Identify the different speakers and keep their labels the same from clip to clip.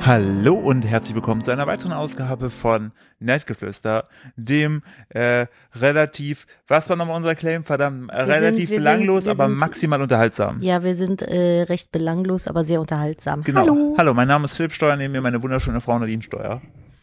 Speaker 1: Hallo und herzlich willkommen zu einer weiteren Ausgabe von Nettgeflüster, dem äh, relativ, was war nochmal unser Claim? Verdammt, äh,
Speaker 2: sind-
Speaker 1: relativ
Speaker 2: wir sind-
Speaker 1: belanglos,
Speaker 2: wir
Speaker 1: aber
Speaker 2: sind-
Speaker 1: maximal unterhaltsam.
Speaker 2: Ja, wir sind äh, recht belanglos, aber sehr unterhaltsam.
Speaker 1: Genau.
Speaker 2: Hallo.
Speaker 1: Hallo, mein Name ist Philipp Steuer, neben mir meine wunderschöne Frau Nadine Steuer.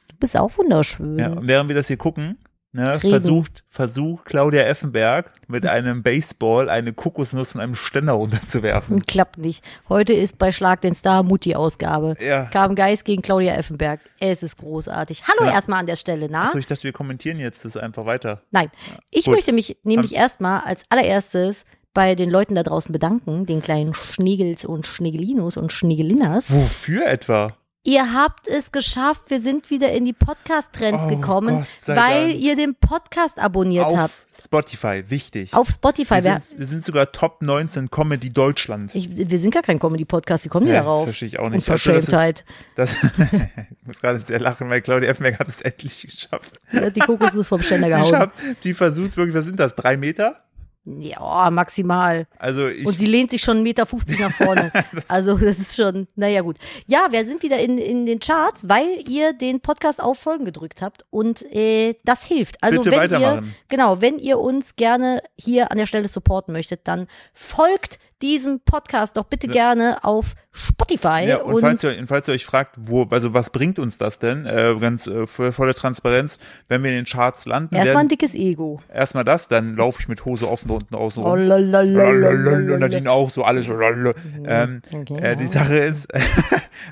Speaker 2: Du bist auch wunderschön.
Speaker 1: Ja, und während wir das hier gucken, ne,
Speaker 2: Mhm. Reden.
Speaker 1: versucht, versucht Claudia Effenberg mit einem Baseball eine Kokosnuss von einem Ständer runterzuwerfen.
Speaker 2: Und Hm, Klappt nicht. Heute ist bei Schlag den Star Mutti-Ausgabe.
Speaker 1: Ja.
Speaker 2: Carmen Geist gegen Claudia Effenberg. Es ist großartig. Hallo erstmal an der Stelle, na?
Speaker 1: Achso, ich dachte, wir kommentieren jetzt das einfach weiter.
Speaker 2: Nein. Ich
Speaker 1: Gut.
Speaker 2: möchte mich nämlich erstmal als allererstes bei den Leuten da draußen bedanken, den kleinen Schnegels und Schnegelinos und Schnegelinas.
Speaker 1: Wofür etwa?
Speaker 2: Ihr habt es geschafft. Wir sind wieder in die Podcast-Trends
Speaker 1: Oh,
Speaker 2: gekommen,
Speaker 1: Gott sei
Speaker 2: weil
Speaker 1: Dank.
Speaker 2: ihr den Podcast abonniert habt.
Speaker 1: Auf Spotify, wichtig.
Speaker 2: Auf Spotify.
Speaker 1: wir
Speaker 2: Wer-
Speaker 1: sind, wir sind sogar Top 19 Comedy Deutschland.
Speaker 2: Ich, wir sind gar kein Comedy-Podcast, wie kommen die
Speaker 1: Ja,
Speaker 2: darauf?
Speaker 1: verstehe ich auch nicht. Also, das ist-
Speaker 2: Unverschämtheit.
Speaker 1: Das, ich muss gerade sehr lachen, weil Claudia Effenberg hat es endlich geschafft.
Speaker 2: Ne, Die hat die Kokosnuss vom Ständer
Speaker 1: Sie,
Speaker 2: gehauen.
Speaker 1: schafft, sie versucht wirklich, was sind das, drei Meter?
Speaker 2: Ja, maximal.
Speaker 1: Also ich,
Speaker 2: Und sie lehnt sich schon 1,50 Meter nach vorne. also das ist schon, naja gut. Ja, wir sind wieder in, in den Charts, weil ihr den Podcast auf Folgen gedrückt habt und äh, das hilft. Also
Speaker 1: Bitte
Speaker 2: wenn ihr,
Speaker 1: weitermachen.
Speaker 2: genau, wenn ihr uns gerne hier an der Stelle supporten möchtet, dann folgt diesem Podcast doch bitte gerne auf Spotify.
Speaker 1: ja, und, falls ihr, und falls ihr euch fragt, wo, also was bringt uns das denn, äh, ganz äh, vo- volle Transparenz, wenn wir in den Charts landen
Speaker 2: erstmal ein
Speaker 1: werden,
Speaker 2: dickes Ego.
Speaker 1: erstmal das, dann laufe ich mit Hose offen unten außen
Speaker 2: Oh,
Speaker 1: rum.
Speaker 2: lalalala. Mhm.
Speaker 1: Und Nadine auch, so alles. lalalala. Ähm,
Speaker 2: Okay,
Speaker 1: äh, die
Speaker 2: ja.
Speaker 1: Sache ist,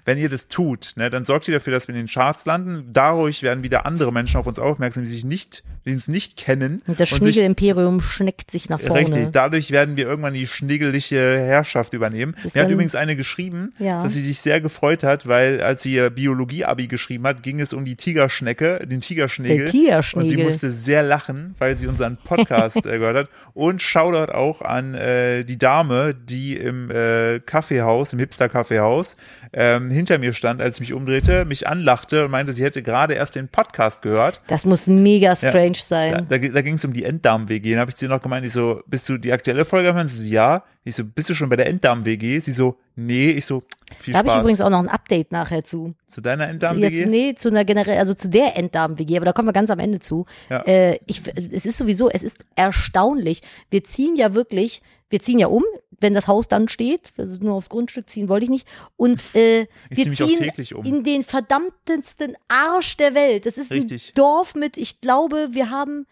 Speaker 1: wenn ihr das tut, ne, dann sorgt ihr dafür, dass wir in den Charts landen. Dadurch werden wieder andere Menschen auf uns aufmerksam, die sich nicht, die uns nicht kennen.
Speaker 2: Und das
Speaker 1: sich-
Speaker 2: Schniegel-Imperium schneckt sich nach vorne.
Speaker 1: Richtig, dadurch werden wir irgendwann die schniegelige Herrschaft übernehmen.
Speaker 2: Ist
Speaker 1: Mir hat
Speaker 2: dann-
Speaker 1: übrigens eine geschrieben,
Speaker 2: Ja.
Speaker 1: dass sie sich sehr gefreut hat, weil als sie ihr Biologie-Abi geschrieben hat, ging es um die Tigerschnecke, den Tigerschnegel.
Speaker 2: Der Tigerschnegel.
Speaker 1: Und sie musste sehr lachen, weil sie unseren Podcast äh, gehört hat. Und Shoutout auch an äh, die Dame, die im äh, Kaffeehaus, im Hipster-Kaffeehaus, ähm, hinter mir stand, als ich mich umdrehte, mich anlachte und meinte, sie hätte gerade erst den Podcast gehört.
Speaker 2: Das muss mega strange
Speaker 1: Ja,
Speaker 2: sein.
Speaker 1: da da ging es um die Enddarm-WG. Dann habe ich zu ihr noch gemeint, ich so, bist du die aktuelle Folge? am Hören? Sie so, ja. Ich so, bist du schon bei der Enddarm-WG? Sie so, nee. Ich so, viel
Speaker 2: Da habe ich
Speaker 1: Spaß.
Speaker 2: übrigens auch noch ein Update nachher zu.
Speaker 1: zu deiner
Speaker 2: Jetzt,
Speaker 1: Enddarm-WG?
Speaker 2: nee, zu einer generell, also zu der Enddarm-WG, aber da kommen wir ganz am Ende zu.
Speaker 1: Ja.
Speaker 2: Äh, ich, es ist sowieso, es ist erstaunlich. Wir ziehen ja wirklich, wir ziehen ja um, wenn das Haus dann steht, also nur aufs Grundstück ziehen wollte ich nicht. Und äh,
Speaker 1: Ich zieh
Speaker 2: wir
Speaker 1: mich auch
Speaker 2: ziehen
Speaker 1: täglich um.
Speaker 2: in den verdammtesten Arsch der Welt. Das ist
Speaker 1: Richtig.
Speaker 2: ein Dorf mit, ich glaube, wir haben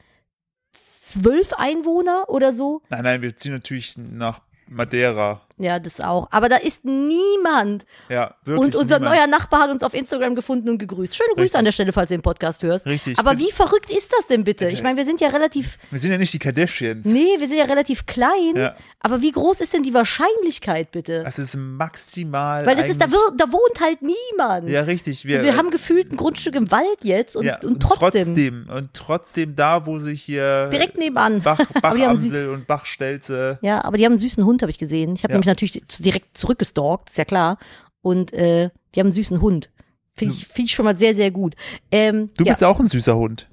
Speaker 2: zwölf Einwohner oder so.
Speaker 1: Nein, nein, wir ziehen natürlich nach Madeira.
Speaker 2: Ja, das auch. Aber da ist niemand.
Speaker 1: Ja, wirklich. um
Speaker 2: und unser
Speaker 1: niemand.
Speaker 2: neuer Nachbar hat uns auf Instagram gefunden und gegrüßt. Schöne Grüße
Speaker 1: Richtig.
Speaker 2: an der Stelle, falls du den Podcast hörst.
Speaker 1: Richtig.
Speaker 2: Aber
Speaker 1: Ich bin-
Speaker 2: wie verrückt ist das denn bitte? Ich meine, wir sind ja relativ,
Speaker 1: Wir sind ja nicht die Kardashians.
Speaker 2: nee, wir sind ja relativ klein.
Speaker 1: Ja.
Speaker 2: Aber wie groß ist denn die Wahrscheinlichkeit bitte?
Speaker 1: Das ist maximal.
Speaker 2: Weil das ist, da,
Speaker 1: eigentlich-
Speaker 2: wir, da wohnt halt niemand.
Speaker 1: Ja, richtig. Wir, äh,
Speaker 2: wir haben gefühlt ein Grundstück im Wald jetzt und,
Speaker 1: ja,
Speaker 2: und trotzdem,
Speaker 1: Und trotzdem da, wo sich hier.
Speaker 2: direkt nebenan.
Speaker 1: Bach,
Speaker 2: aber die haben einen sü-
Speaker 1: Bachamsel und Bachstelze.
Speaker 2: ja, aber die haben einen süßen Hund, habe ich gesehen. Ich habe
Speaker 1: Ja.
Speaker 2: nämlich natürlich zu- direkt zurückgestalkt, ist ja klar. Und äh, die haben einen süßen Hund. Finde ich, find ich schon mal sehr, sehr gut. Ähm,
Speaker 1: Du
Speaker 2: ja.
Speaker 1: bist auch ein süßer Hund.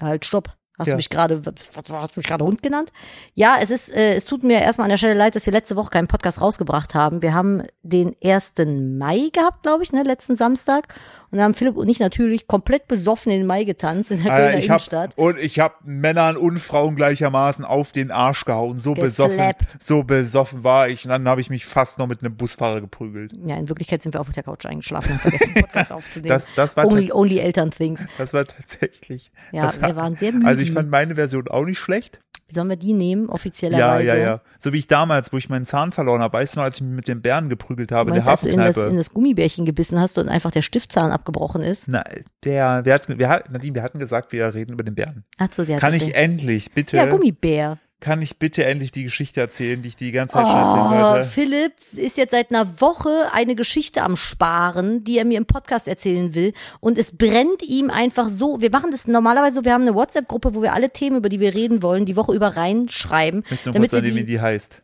Speaker 2: halt, stopp. Hast
Speaker 1: Ja.
Speaker 2: du mich gerade, was- was- hast du mich gerade Hund genannt? Ja, es ist, äh, es tut mir erstmal an der Stelle leid, dass wir letzte Woche keinen Podcast rausgebracht haben. Wir haben den 1. Mai gehabt, glaube ich, ne, letzten Samstag. Und da haben Philipp und ich natürlich komplett besoffen in den Mai getanzt in der
Speaker 1: Alter,
Speaker 2: Kölner
Speaker 1: Äh, ich
Speaker 2: Innenstadt.
Speaker 1: hab, und ich habe Männern und Frauen gleichermaßen auf den Arsch gehauen. So besoffen,
Speaker 2: Geslappt.
Speaker 1: so besoffen war ich. Und dann habe ich mich fast noch mit einem Busfahrer geprügelt.
Speaker 2: Ja, in Wirklichkeit sind wir auf der Couch eingeschlafen und haben vergessen, den Podcast aufzunehmen.
Speaker 1: Das- das war
Speaker 2: only, only Eltern Things.
Speaker 1: Das war tatsächlich.
Speaker 2: Ja,
Speaker 1: das war,
Speaker 2: wir waren sehr müde.
Speaker 1: Also ich fand meine Version auch nicht schlecht.
Speaker 2: Sollen wir die nehmen,
Speaker 1: Ja,
Speaker 2: offiziellerweise?
Speaker 1: ja, ja. So wie ich damals, wo ich meinen Zahn verloren habe, weißt du noch, als ich mich mit den Bären geprügelt habe in
Speaker 2: Meinst,
Speaker 1: der
Speaker 2: du, als du halt in das,
Speaker 1: Hafenkneipe.
Speaker 2: in das Gummibärchen gebissen hast und einfach der Stiftzahn abgebrochen ist?
Speaker 1: Na, der, wir hatten, wir hatten, Nadine, wir hatten gesagt, wir reden über den Bären.
Speaker 2: Ach so, der hat
Speaker 1: Kann
Speaker 2: den-
Speaker 1: ich endlich, bitte,
Speaker 2: Ja, Gummibär.
Speaker 1: kann ich bitte endlich die Geschichte erzählen, die ich die ganze Zeit schon erzählen
Speaker 2: Oh,
Speaker 1: wollte?
Speaker 2: Philipp ist jetzt seit einer Woche eine Geschichte am Sparen, die er mir im Podcast erzählen will. Und es brennt ihm einfach so. Wir machen das normalerweise so, wir haben eine WhatsApp-Gruppe, wo wir alle Themen, über die wir reden wollen, die Woche über reinschreiben.
Speaker 1: Möchtest du nur
Speaker 2: damit
Speaker 1: kurz
Speaker 2: wir
Speaker 1: an wie
Speaker 2: die,
Speaker 1: die heißt?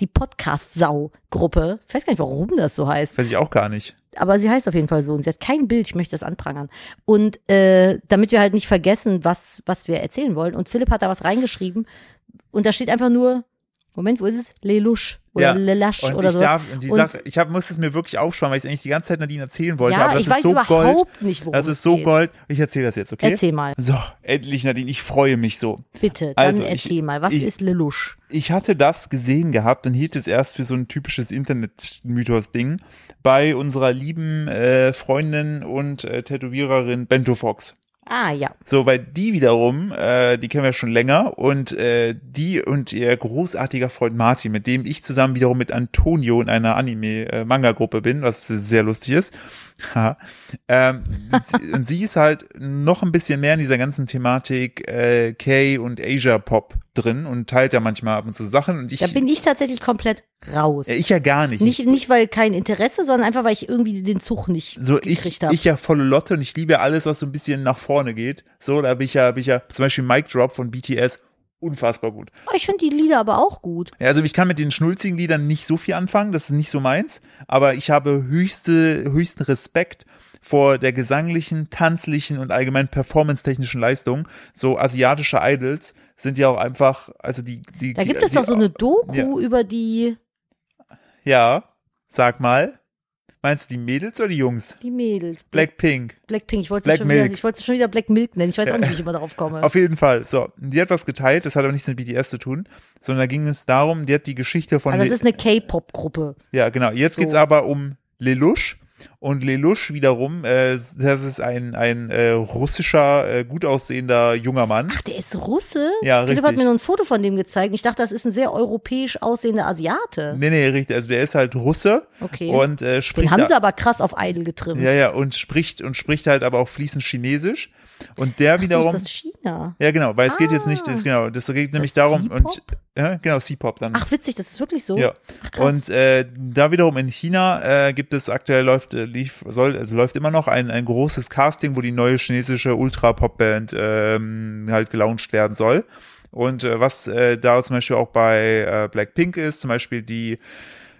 Speaker 2: die Podcast-Sau-Gruppe, ich weiß gar nicht, warum das so heißt,
Speaker 1: Weiß ich auch gar nicht.
Speaker 2: aber sie heißt auf jeden Fall so und sie hat kein Bild, ich möchte das anprangern. Und äh, damit wir halt nicht vergessen, was, was wir erzählen wollen. Und Philipp hat da was reingeschrieben und da steht einfach nur, Moment, wo ist es? Lelouch. oder
Speaker 1: Ja.
Speaker 2: Lelasch
Speaker 1: Und
Speaker 2: oder
Speaker 1: ich
Speaker 2: sowas.
Speaker 1: darf, und die
Speaker 2: Und-
Speaker 1: sagt, ich hab, muss es mir wirklich aufsparen, weil ich es eigentlich die ganze Zeit Nadine erzählen wollte.
Speaker 2: ja,
Speaker 1: aber das
Speaker 2: ich
Speaker 1: ist
Speaker 2: weiß
Speaker 1: so
Speaker 2: überhaupt
Speaker 1: Gold.
Speaker 2: nicht, worum
Speaker 1: Das
Speaker 2: es
Speaker 1: ist so
Speaker 2: geht.
Speaker 1: Gold. Ich erzähle das jetzt, okay?
Speaker 2: Erzähl mal,
Speaker 1: So, endlich, Nadine, ich freue mich so.
Speaker 2: bitte, dann
Speaker 1: Also, ich-
Speaker 2: erzähl mal, was
Speaker 1: ich-
Speaker 2: ist Lelouch?
Speaker 1: Ich hatte das gesehen gehabt und hielt es erst für so ein typisches Internet-Mythos-Ding bei unserer lieben äh, Freundin und äh, Tätowiererin Bento Fox.
Speaker 2: Ah ja,
Speaker 1: So, weil die wiederum, äh, die kennen wir schon länger und äh, die und ihr großartiger Freund Martin, mit dem ich zusammen wiederum mit Antonio in einer Anime-Manga-Gruppe bin, was sehr lustig ist. Haha. ähm, sie- und sie ist halt noch ein bisschen mehr in dieser ganzen Thematik äh, K und Asia Pop drin und teilt da manchmal ab und zu Sachen und ich
Speaker 2: da bin ich tatsächlich komplett raus.
Speaker 1: ja, ich ja gar nicht.
Speaker 2: nicht, nicht, weil kein Interesse, sondern einfach, weil ich irgendwie den Zug nicht
Speaker 1: so ich,
Speaker 2: gekriegt habe.
Speaker 1: ich ja volle Lotte und ich liebe alles, was so ein bisschen nach vorne geht. So, da bin ich ja, bin ich ja zum Beispiel Mic Drop von BTS unfassbar gut.
Speaker 2: Oh, ich finde die Lieder aber auch gut.
Speaker 1: Ja, Also ich kann mit den schnulzigen Liedern nicht so viel anfangen, das ist nicht so meins, aber ich habe höchste, höchsten Respekt vor der gesanglichen, tanzlichen und allgemein performancetechnischen Leistung. So asiatische Idols sind ja auch einfach, also die, die
Speaker 2: Da gibt
Speaker 1: die,
Speaker 2: es doch so eine Doku
Speaker 1: ja.
Speaker 2: über die,
Speaker 1: Ja, sag mal. Meinst du die Mädels oder die Jungs?
Speaker 2: die Mädels.
Speaker 1: Blackpink.
Speaker 2: Blackpink, ich wollte
Speaker 1: Black
Speaker 2: sie schon wieder,
Speaker 1: Milk.
Speaker 2: ich wollte sie schon wieder Black Milk nennen. Ich weiß auch nicht, wie ich immer darauf komme.
Speaker 1: Auf jeden Fall. So, die hat was geteilt, das hat aber nichts mit BTS zu tun, sondern da ging es darum, die hat die Geschichte von
Speaker 2: Also das
Speaker 1: Le-
Speaker 2: ist eine K-Pop-Gruppe.
Speaker 1: Ja, genau. Jetzt
Speaker 2: So.
Speaker 1: geht's aber um Lelouch. Und Lelouch wiederum, äh, das ist ein, ein äh, russischer, äh, gut aussehender junger Mann.
Speaker 2: Ach, der ist Russe?
Speaker 1: Ja,
Speaker 2: Philipp hat
Speaker 1: richtig.
Speaker 2: mir nur ein Foto von dem gezeigt. und Ich dachte, das ist ein sehr europäisch aussehender Asiate.
Speaker 1: Nee, nee, richtig. Also der ist halt Russe
Speaker 2: Okay.
Speaker 1: und äh,
Speaker 2: Den
Speaker 1: spricht.
Speaker 2: haben
Speaker 1: da-
Speaker 2: sie aber krass auf Idol getrimmt.
Speaker 1: ja, ja, und spricht und spricht halt aber auch fließend Chinesisch. Und der
Speaker 2: so ist
Speaker 1: wiederum.
Speaker 2: das China.
Speaker 1: ja, genau, weil es geht jetzt nicht,
Speaker 2: Ah.
Speaker 1: es, genau, das geht nämlich
Speaker 2: das
Speaker 1: darum und
Speaker 2: C-Pop?
Speaker 1: ja, genau, C-Pop dann.
Speaker 2: Ach, witzig, das ist wirklich so.
Speaker 1: Ja.
Speaker 2: Ach, krass.
Speaker 1: Und äh, da wiederum in China äh, gibt es aktuell läuft äh, lief soll also läuft immer noch ein ein großes Casting, wo die neue chinesische Ultra Pop Band ähm, halt gelauncht werden soll. Und äh, was äh, da zum Beispiel auch bei äh, Blackpink ist, zum Beispiel die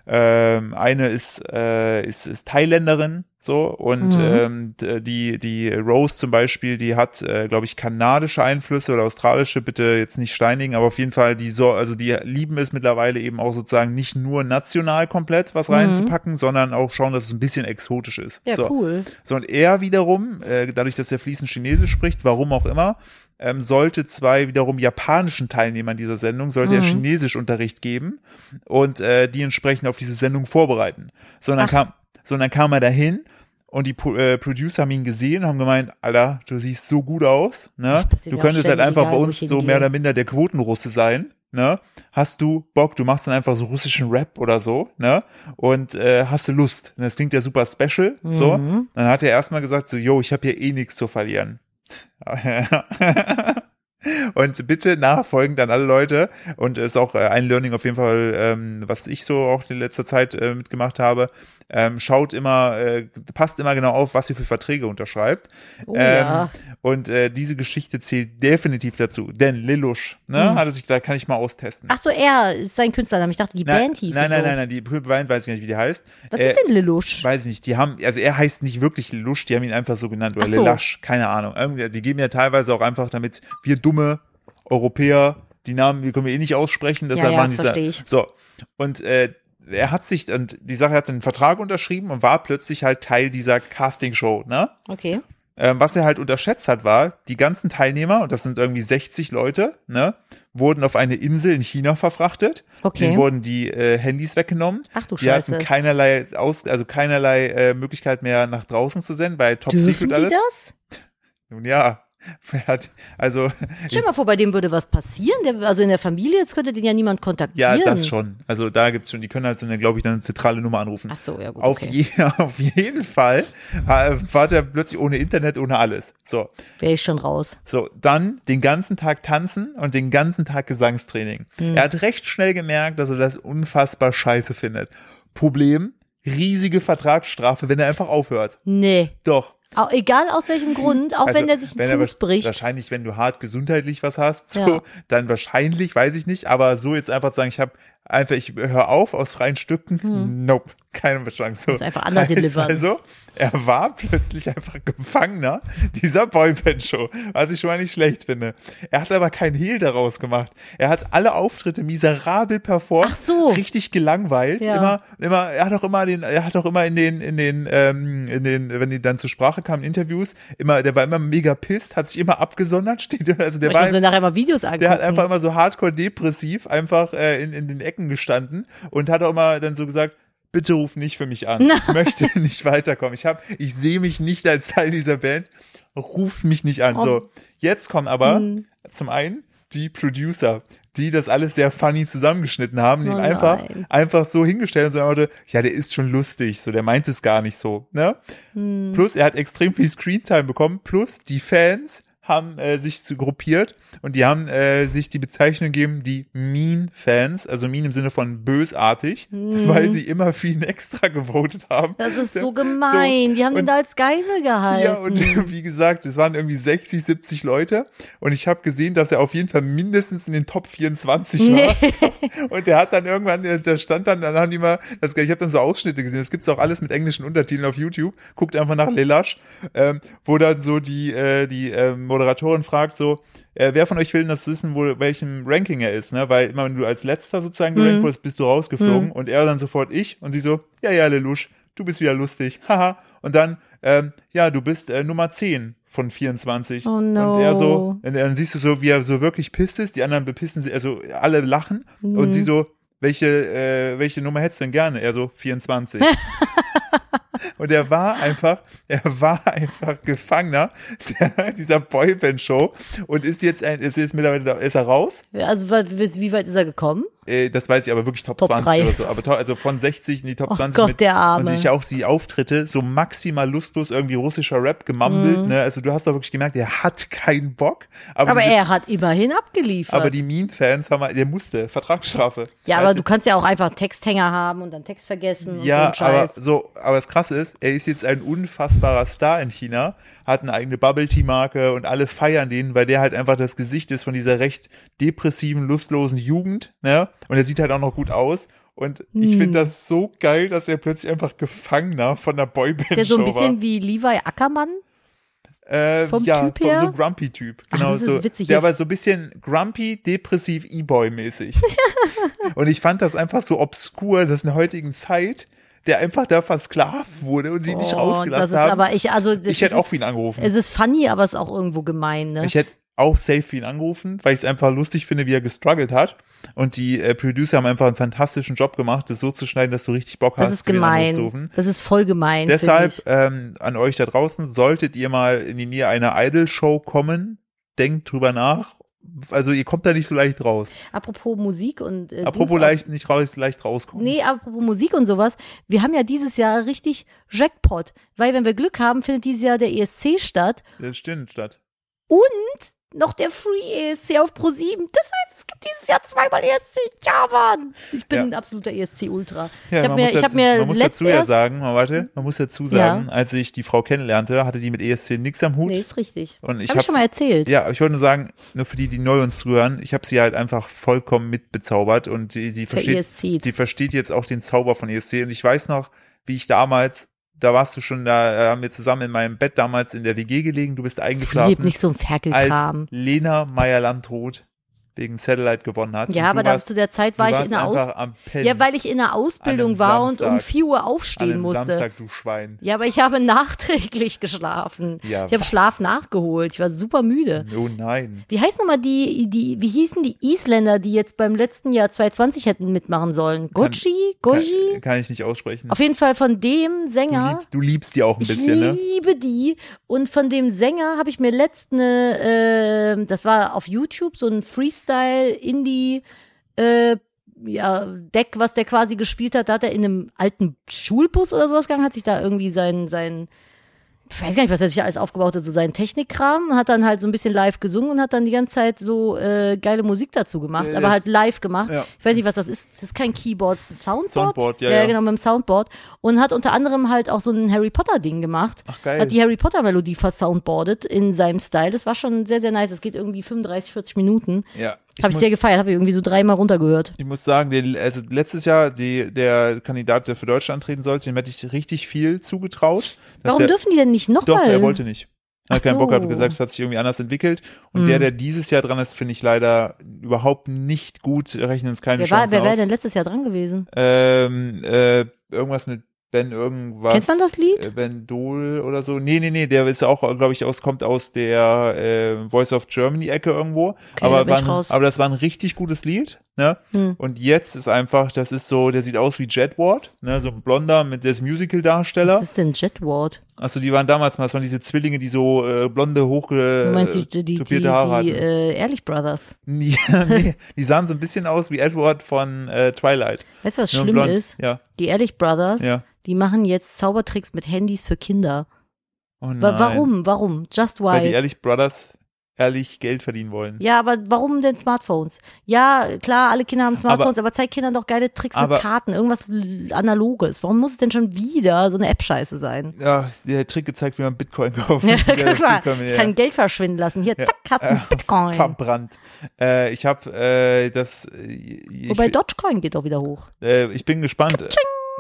Speaker 1: ähm, eine ist, äh, ist, ist Thailänderin, so, und
Speaker 2: Mhm.
Speaker 1: ähm, d- die, die Rose zum Beispiel, die hat, äh, glaube ich, kanadische Einflüsse oder australische, bitte jetzt nicht steinigen, aber auf jeden Fall, die so, also die lieben es mittlerweile eben auch sozusagen nicht nur national komplett was reinzupacken, sondern auch schauen, dass es ein bisschen exotisch ist.
Speaker 2: Mhm. ja,
Speaker 1: so.
Speaker 2: cool.
Speaker 1: So, und er wiederum, äh, dadurch, dass er fließend Chinesisch spricht, warum auch immer, ähm, sollte zwei wiederum japanischen Teilnehmern dieser Sendung, sollte
Speaker 2: Mhm.
Speaker 1: er Chinesischunterricht geben und äh, die entsprechend auf diese Sendung vorbereiten. So, und dann,
Speaker 2: Ach.
Speaker 1: kam, so, und dann kam er dahin und die Pro äh, Producer haben ihn gesehen und haben gemeint, Alter, du siehst so gut aus, ne?
Speaker 2: passiert
Speaker 1: Du
Speaker 2: ja auch
Speaker 1: könntest halt
Speaker 2: ständig,
Speaker 1: einfach
Speaker 2: egal,
Speaker 1: bei
Speaker 2: wo
Speaker 1: uns
Speaker 2: ich
Speaker 1: so
Speaker 2: hingehe.
Speaker 1: mehr oder minder der Quotenrusse sein, ne? Hast du Bock, du machst dann einfach so russischen Rap oder so, ne? Und äh, hast du Lust? Und das klingt ja super special, so.
Speaker 2: Mhm.
Speaker 1: Dann hat er erstmal gesagt, so, yo, ich habe hier eh nichts zu verlieren. Und bitte nachfolgend an alle Leute. Und ist auch äh, ein Learning auf jeden Fall, ähm, was ich so auch in letzter Zeit äh, mitgemacht habe. Ähm, schaut immer, äh, passt immer genau auf, was ihr für Verträge unterschreibt.
Speaker 2: Oh
Speaker 1: Ähm,
Speaker 2: ja.
Speaker 1: Und äh, diese Geschichte zählt definitiv dazu. Denn Lilusch, ne, hat er sich gesagt, kann ich mal austesten.
Speaker 2: Mhm. Ach so, er ist sein Künstlername. Ich dachte, die
Speaker 1: nein,
Speaker 2: Band hieß
Speaker 1: nein,
Speaker 2: so.
Speaker 1: nein, nein, nein, die Band weiß ich gar nicht, wie die heißt.
Speaker 2: Was
Speaker 1: Äh,
Speaker 2: ist denn Lelouch?
Speaker 1: Weiß ich nicht, die haben, also er heißt nicht wirklich Lusch, die haben ihn einfach so genannt oder
Speaker 2: Ach so.
Speaker 1: Lelasch, keine Ahnung. Irgendwie, Die geben ja teilweise auch einfach, damit wir dumme Europäer, die Namen, die können wir eh nicht aussprechen, deshalb
Speaker 2: ja,
Speaker 1: machen die
Speaker 2: versteh
Speaker 1: es-
Speaker 2: ich.
Speaker 1: So. Und äh, er hat sich, und die Sache hat einen Vertrag unterschrieben und war plötzlich halt Teil dieser Castingshow, ne?
Speaker 2: Okay.
Speaker 1: Ähm, was er halt unterschätzt hat, war, die ganzen Teilnehmer, und das sind irgendwie 60 Leute, ne, wurden auf eine Insel in China verfrachtet.
Speaker 2: Okay.
Speaker 1: Denen wurden die äh, Handys weggenommen.
Speaker 2: Ach du
Speaker 1: die
Speaker 2: Oh, Scheiße.
Speaker 1: hatten keinerlei, Aus also keinerlei äh, Möglichkeit mehr nach draußen zu senden, bei Top
Speaker 2: Dürfen
Speaker 1: Secret
Speaker 2: die
Speaker 1: alles.
Speaker 2: das?
Speaker 1: Nun ja. Wer hat, also,
Speaker 2: Stell dir mal vor, bei dem würde was passieren. Der, also in der Familie, jetzt könnte den ja niemand
Speaker 1: ja,
Speaker 2: kontaktieren.
Speaker 1: das schon. Also da gibt's schon, die können halt so eine, glaube ich, dann eine zentrale Nummer anrufen.
Speaker 2: Ach so, ja gut.
Speaker 1: Auf,
Speaker 2: okay.
Speaker 1: je, auf jeden Fall äh, war der plötzlich ohne Internet, ohne alles. So.
Speaker 2: Wäre ich schon raus.
Speaker 1: So, dann den ganzen Tag tanzen und den ganzen Tag Gesangstraining.
Speaker 2: Hm.
Speaker 1: Er hat recht schnell gemerkt, dass er das unfassbar scheiße findet. Problem, riesige Vertragsstrafe, wenn er einfach aufhört.
Speaker 2: Nee.
Speaker 1: Doch.
Speaker 2: Au- egal aus welchem Grund, auch
Speaker 1: Also,
Speaker 2: wenn der sich
Speaker 1: wenn
Speaker 2: einen
Speaker 1: er
Speaker 2: Fuß
Speaker 1: wahrsch-
Speaker 2: bricht.
Speaker 1: Wahrscheinlich, wenn du hart gesundheitlich was hast, so,
Speaker 2: Ja.
Speaker 1: dann wahrscheinlich, weiß ich nicht, aber so jetzt einfach zu sagen, ich habe einfach, ich höre auf aus freien Stücken. Nope, keine Chance.
Speaker 2: Ist Hm. einfach underdelivered.
Speaker 1: Heißt Also, er war plötzlich einfach Gefangener dieser Boyband-Show, was ich schon mal nicht schlecht finde. Er hat aber kein Hehl daraus gemacht. Er hat alle Auftritte miserabel performt,
Speaker 2: Ach so.
Speaker 1: richtig gelangweilt.
Speaker 2: Ja.
Speaker 1: Immer, immer, er hat auch immer den, er hat auch immer in den, in den, ähm, in den, wenn die dann zur Sprache kamen, Interviews, immer, der war immer mega pissed, hat sich immer abgesondert, steht, also der
Speaker 2: Ich
Speaker 1: war
Speaker 2: muss mir nachher mal Videos angucken.
Speaker 1: der hat einfach immer so hardcore depressiv einfach äh, in, in den Ecken gestanden und hat auch immer dann so gesagt, bitte ruf nicht für mich an. Ich möchte nicht weiterkommen. Ich hab, ich sehe mich nicht als Teil dieser Band. Ruf mich nicht an.
Speaker 2: Oh. Hm.
Speaker 1: So, jetzt kommen aber zum einen die Producer, die das alles sehr funny zusammengeschnitten haben, die
Speaker 2: Oh
Speaker 1: ihn einfach,
Speaker 2: nein.
Speaker 1: einfach so hingestellt und so Leute, ja, der ist schon lustig, so, der meint es gar nicht so, ne? Plus, er hat extrem viel Screentime bekommen, plus die Fans haben äh, sich zu gruppiert und die haben äh, sich die Bezeichnung gegeben, die Mean-Fans, also Mean im Sinne von bösartig, weil sie immer für ihn extra gewotet haben.
Speaker 2: Das ist so gemein. die haben
Speaker 1: und-
Speaker 2: den da als Geisel gehalten.
Speaker 1: Ja, und wie gesagt, es waren irgendwie 60, 70 Leute und ich habe gesehen, dass er auf jeden Fall mindestens in den Top 24 war. Und der hat dann irgendwann, äh, da stand dann, dann haben die mal, das, ich habe dann so Ausschnitte gesehen, das gibt's auch alles mit englischen Untertiteln auf YouTube, guckt einfach nach Lelash, ähm, wo dann so die, äh, die äh, Moderatorin fragt so, äh, wer von euch will denn das wissen, wo, welchem Ranking er ist, ne? Weil immer wenn du als letzter sozusagen
Speaker 2: Mhm.
Speaker 1: gerankt wurdest, bist du rausgeflogen und er dann sofort ich und sie so, ja, ja, Lelusch, du bist wieder lustig, haha. Und dann, ähm, ja, du bist äh, Nummer 10 von 24.
Speaker 2: Oh no.
Speaker 1: Und er so, und dann siehst du so, wie er so wirklich pisst ist. Die anderen bepissen sie, also alle lachen. Und
Speaker 2: Mhm.
Speaker 1: sie so, welche, äh, welche Nummer hättest du denn gerne? Er so, 24. und er war einfach, er war einfach Gefangener der, dieser Boyband-Show und ist jetzt, ein, ist jetzt mittlerweile, da, ist er raus?
Speaker 2: Also wa- bis, wie weit ist er gekommen?
Speaker 1: Äh, das weiß ich aber wirklich Top,
Speaker 2: Top
Speaker 1: 20
Speaker 2: drei.
Speaker 1: oder so. Aber to, also von 60 in die Top
Speaker 2: Oh
Speaker 1: 20.
Speaker 2: Gott, der Arme.
Speaker 1: Und ich auch die Auftritte, so maximal lustlos irgendwie russischer Rap gemammelt. Ne? Also du hast doch wirklich gemerkt, er hat keinen Bock. Aber,
Speaker 2: Mhm. Aber
Speaker 1: diese-
Speaker 2: er hat immerhin abgeliefert.
Speaker 1: aber die Mean-Fans haben, halt- der musste, Vertragsstrafe.
Speaker 2: ja,
Speaker 1: Also-
Speaker 2: aber du kannst ja auch einfach einen Texthänger haben und dann Text vergessen und so
Speaker 1: ja,
Speaker 2: einen
Speaker 1: aber
Speaker 2: Scheiß.
Speaker 1: so, aber das Krasse ist, er ist jetzt ein unfassbarer Star in China, hat eine eigene Bubble Tea Marke und alle feiern den, weil der halt einfach das Gesicht ist von dieser recht depressiven, lustlosen Jugend, ne? Und er sieht halt auch noch gut aus. Und ich
Speaker 2: Hm.
Speaker 1: finde das so geil, dass er plötzlich einfach Gefangener von der Boyband
Speaker 2: Ist der so ein
Speaker 1: war.
Speaker 2: bisschen wie Levi Ackermann?
Speaker 1: Äh,
Speaker 2: Vom
Speaker 1: ja,
Speaker 2: Typ
Speaker 1: vom
Speaker 2: her?
Speaker 1: so Grumpy-Typ. Genau,
Speaker 2: das ist
Speaker 1: so,
Speaker 2: witzig.
Speaker 1: Der war so ein bisschen grumpy, depressiv, E-Boy-mäßig. und ich fand das einfach so obskur, dass in der heutigen Zeit der einfach da versklavt wurde und sie nicht
Speaker 2: oh, das
Speaker 1: rausgelassen
Speaker 2: ist
Speaker 1: haben.
Speaker 2: aber ich, also das
Speaker 1: ich hätte
Speaker 2: ist,
Speaker 1: auch für ihn angerufen.
Speaker 2: Es ist funny, aber es ist auch irgendwo gemein, ne?
Speaker 1: Ich hätte auch safe für ihn angerufen, weil ich es einfach lustig finde, wie er gestruggelt hat. Und die äh, Producer haben einfach einen fantastischen Job gemacht, das so zu schneiden, dass du richtig Bock
Speaker 2: das
Speaker 1: hast,
Speaker 2: ist
Speaker 1: ihn
Speaker 2: gemein.
Speaker 1: anzurufen.
Speaker 2: Das ist voll gemein. find
Speaker 1: Deshalb
Speaker 2: ich.
Speaker 1: ähm, an euch da draußen, solltet ihr mal in die Nähe einer Idol-Show kommen, denkt drüber nach. Also ihr kommt da nicht so leicht raus.
Speaker 2: Apropos Musik und äh,
Speaker 1: Apropos
Speaker 2: Dings auch-
Speaker 1: leicht nicht raus, leicht rauskommen.
Speaker 2: Nee, apropos Musik und sowas. Wir haben ja dieses Jahr richtig Jackpot, weil wenn wir Glück haben, findet dieses Jahr der ESC statt.
Speaker 1: Das stimmt statt.
Speaker 2: Noch der Free ESC auf Pro 7. Das heißt, es gibt dieses Jahr zweimal ESC. Ja, Mann. Ich bin
Speaker 1: Ja.
Speaker 2: ein absoluter ESC Ultra.
Speaker 1: Ja,
Speaker 2: ich habe
Speaker 1: man
Speaker 2: mir
Speaker 1: muss
Speaker 2: ich
Speaker 1: dazu-
Speaker 2: habe mir Hm?
Speaker 1: man muss dazu
Speaker 2: letztes
Speaker 1: ja sagen, mal warte, man muss dazu sagen, als ich die Frau kennenlernte, hatte die mit E ESC nichts am Hut.
Speaker 2: Nee, ist richtig.
Speaker 1: Und ich
Speaker 2: habe ich
Speaker 1: hab's-
Speaker 2: schon mal erzählt.
Speaker 1: Ja, aber ich wollte nur sagen, nur für die, die neu uns zuhören, ich habe sie halt einfach vollkommen mitbezaubert und sie, sie, versteht,
Speaker 2: ESC.
Speaker 1: sie versteht jetzt auch den Zauber von ESC. Und ich weiß noch, wie ich damals, da warst du schon, da äh, haben wir zusammen in meinem Bett damals in der WG gelegen, du bist
Speaker 2: Lebt
Speaker 1: eingeschlafen,
Speaker 2: nicht so ein
Speaker 1: als
Speaker 2: Ferkelkram.
Speaker 1: Lena Meyer-Landrut wegen Satellite gewonnen hat. Und
Speaker 2: Ja, aber
Speaker 1: du
Speaker 2: da,
Speaker 1: warst,
Speaker 2: zu der Zeit war
Speaker 1: du
Speaker 2: ich
Speaker 1: warst
Speaker 2: in der Ausbildung.
Speaker 1: einfach am Pennen
Speaker 2: Ja, weil ich in der
Speaker 1: An
Speaker 2: Ausbildung
Speaker 1: einem
Speaker 2: war und
Speaker 1: Samstag.
Speaker 2: um 4 Uhr
Speaker 1: an
Speaker 2: aufstehen
Speaker 1: einem
Speaker 2: musste.
Speaker 1: Samstag, du Schwein.
Speaker 2: Ja, aber ich habe nachträglich geschlafen.
Speaker 1: Ja,
Speaker 2: ich habe
Speaker 1: was?
Speaker 2: Schlaf nachgeholt. Ich war super müde.
Speaker 1: Oh nein.
Speaker 2: Wie heißt nochmal die, die, wie hießen die Isländer, die jetzt beim letzten Jahr 2020 hätten mitmachen sollen? Goji? Goji?
Speaker 1: Kann, kann ich nicht aussprechen.
Speaker 2: Auf jeden Fall von dem
Speaker 1: du,
Speaker 2: Sänger.
Speaker 1: liebst, du liebst die auch ein
Speaker 2: Ich
Speaker 1: bisschen, ne?
Speaker 2: liebe die. Und von dem Sänger habe ich mir letzt eine, äh, das war auf YouTube, so ein Freestyle-Indie- äh, ja, Deck, was der quasi gespielt hat, da hat er in einem alten Schulbus oder sowas gegangen, hat sich da irgendwie sein, sein, ich weiß gar nicht, was er sich alles aufgebaut hat, so seinen Technikkram, hat dann halt so ein bisschen live gesungen und hat dann die ganze Zeit so äh, geile Musik dazu gemacht,
Speaker 1: Ja,
Speaker 2: aber
Speaker 1: das-
Speaker 2: halt live gemacht.
Speaker 1: ja.
Speaker 2: Ich weiß nicht, was das ist. Das ist kein Keyboard, das ist Soundboard.
Speaker 1: Soundboard, ja, ja.
Speaker 2: genau, mit dem Soundboard. Und hat unter anderem halt auch so ein Harry Potter-Ding gemacht.
Speaker 1: Ach, geil.
Speaker 2: Hat die Harry Potter-Melodie versoundboardet in seinem Style. Das war schon sehr, sehr nice. Das geht irgendwie 35, 40 Minuten.
Speaker 1: Ja.
Speaker 2: Habe ich
Speaker 1: muss-
Speaker 2: sehr gefeiert, habe ich irgendwie so dreimal runtergehört.
Speaker 1: Ich muss sagen, der, also letztes Jahr die, der Kandidat, der für Deutschland antreten sollte, dem hätte ich richtig viel zugetraut. dass
Speaker 2: Warum
Speaker 1: der,
Speaker 2: dürfen die denn nicht
Speaker 1: Doch,
Speaker 2: nochmal?
Speaker 1: er wollte nicht. Er hat
Speaker 2: Ach
Speaker 1: keinen Bock, hat
Speaker 2: so.
Speaker 1: gesagt, es hat sich irgendwie anders entwickelt. Und
Speaker 2: Hm.
Speaker 1: der, der dieses Jahr dran ist, finde ich leider überhaupt nicht gut. Wir Rechnen uns keine
Speaker 2: Wer, war,
Speaker 1: Chancen
Speaker 2: wer wäre
Speaker 1: aus.
Speaker 2: denn letztes Jahr dran gewesen?
Speaker 1: Ähm, äh, irgendwas mit Ben irgendwas.
Speaker 2: Kennt man das Lied?
Speaker 1: Äh, Ben Dol oder so. Nee, nee, nee, der ist auch, glaube ich, aus, kommt aus der äh, Voice of Germany-Ecke irgendwo.
Speaker 2: Okay, da
Speaker 1: aber,
Speaker 2: bin ich
Speaker 1: war ein,
Speaker 2: raus.
Speaker 1: aber das war ein richtig gutes Lied, ne?
Speaker 2: Hm.
Speaker 1: Und jetzt ist einfach, das ist so, der sieht aus wie Jet Ward, ne? So ein blonder mit des
Speaker 2: Was
Speaker 1: Musical-Darsteller.
Speaker 2: ist denn Jet Ward?
Speaker 1: Achso, die waren damals mal, das waren diese Zwillinge, die so äh, blonde,
Speaker 2: Du
Speaker 1: hochge-
Speaker 2: meinst die, die, die, die,
Speaker 1: tupierte Haare hatten.
Speaker 2: die äh, Ehrlich Brothers.
Speaker 1: Nee, nee, die sahen so ein bisschen aus wie Edward von äh, Twilight.
Speaker 2: Weißt du, was
Speaker 1: Nur
Speaker 2: schlimm
Speaker 1: blond.
Speaker 2: ist?
Speaker 1: Ja.
Speaker 2: Die Ehrlich Brothers,
Speaker 1: Ja.
Speaker 2: die machen jetzt Zaubertricks mit Handys für Kinder.
Speaker 1: Oh
Speaker 2: Wa
Speaker 1: nein.
Speaker 2: warum? Warum? Just why?
Speaker 1: Weil die Ehrlich Brothers ehrlich Geld verdienen wollen.
Speaker 2: Ja, aber warum denn Smartphones? Ja, klar, alle Kinder haben Smartphones, aber, zeig Kindern doch geile Tricks
Speaker 1: Aber-
Speaker 2: mit Karten, irgendwas l- Analoges. Warum muss es denn schon wieder so eine App-Scheiße sein?
Speaker 1: Ja, der Trick gezeigt, wie man Bitcoin kauft.
Speaker 2: Ja,
Speaker 1: Wie das
Speaker 2: guck mal,
Speaker 1: Bitcoin-
Speaker 2: ich kann Geld verschwinden lassen. Hier, zack, hast du
Speaker 1: Äh,
Speaker 2: einen Bitcoin.
Speaker 1: verbrannt. Äh, ich habe äh, das. äh, Ich,
Speaker 2: Wobei Dogecoin geht doch wieder hoch.
Speaker 1: äh, ich bin gespannt.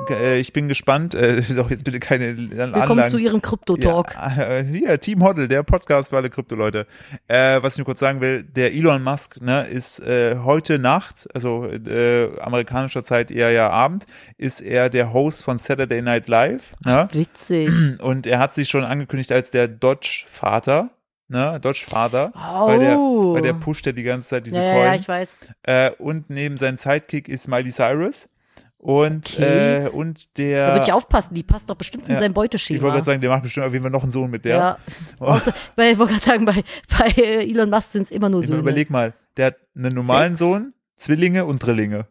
Speaker 1: Äh, ich bin gespannt. Äh, doch jetzt bitte keine
Speaker 2: Willkommen
Speaker 1: Anlagen.
Speaker 2: zu Ihrem Krypto-Talk.
Speaker 1: Ja, äh, hier, Team Hoddle, der Podcast für alle Krypto-Leute. Äh, was ich nur kurz sagen will, der Elon Musk ne, ist äh, heute Nacht, also äh, amerikanischer Zeit eher ja Abend, ist er der Host von Saturday Night Live. Ne?
Speaker 2: Witzig.
Speaker 1: Und er hat sich schon angekündigt als der Dodge-Vater. Ne? Dodge-Vater.
Speaker 2: Oh.
Speaker 1: Weil der, weil der pusht ja die ganze Zeit diese
Speaker 2: ja, ja, ja,
Speaker 1: Coins.
Speaker 2: ich weiß.
Speaker 1: äh, und neben seinem Sidekick ist Miley Cyrus. Und,
Speaker 2: Okay.
Speaker 1: äh, und
Speaker 2: Da würde
Speaker 1: der.
Speaker 2: ich aufpassen, die passt doch bestimmt in
Speaker 1: Ja.
Speaker 2: sein
Speaker 1: ich
Speaker 2: Beuteschema.
Speaker 1: wollte gerade sagen, der macht bestimmt auf jeden Fall noch einen Sohn mit der.
Speaker 2: ja.
Speaker 1: Oh.
Speaker 2: Außer, bei, ich wollte gerade sagen, bei, bei äh, Elon Musk sind es immer nur
Speaker 1: Ich
Speaker 2: Söhne.
Speaker 1: meine, überleg mal, der hat einen normalen
Speaker 2: Sechs.
Speaker 1: Sohn, Zwillinge und Drillinge.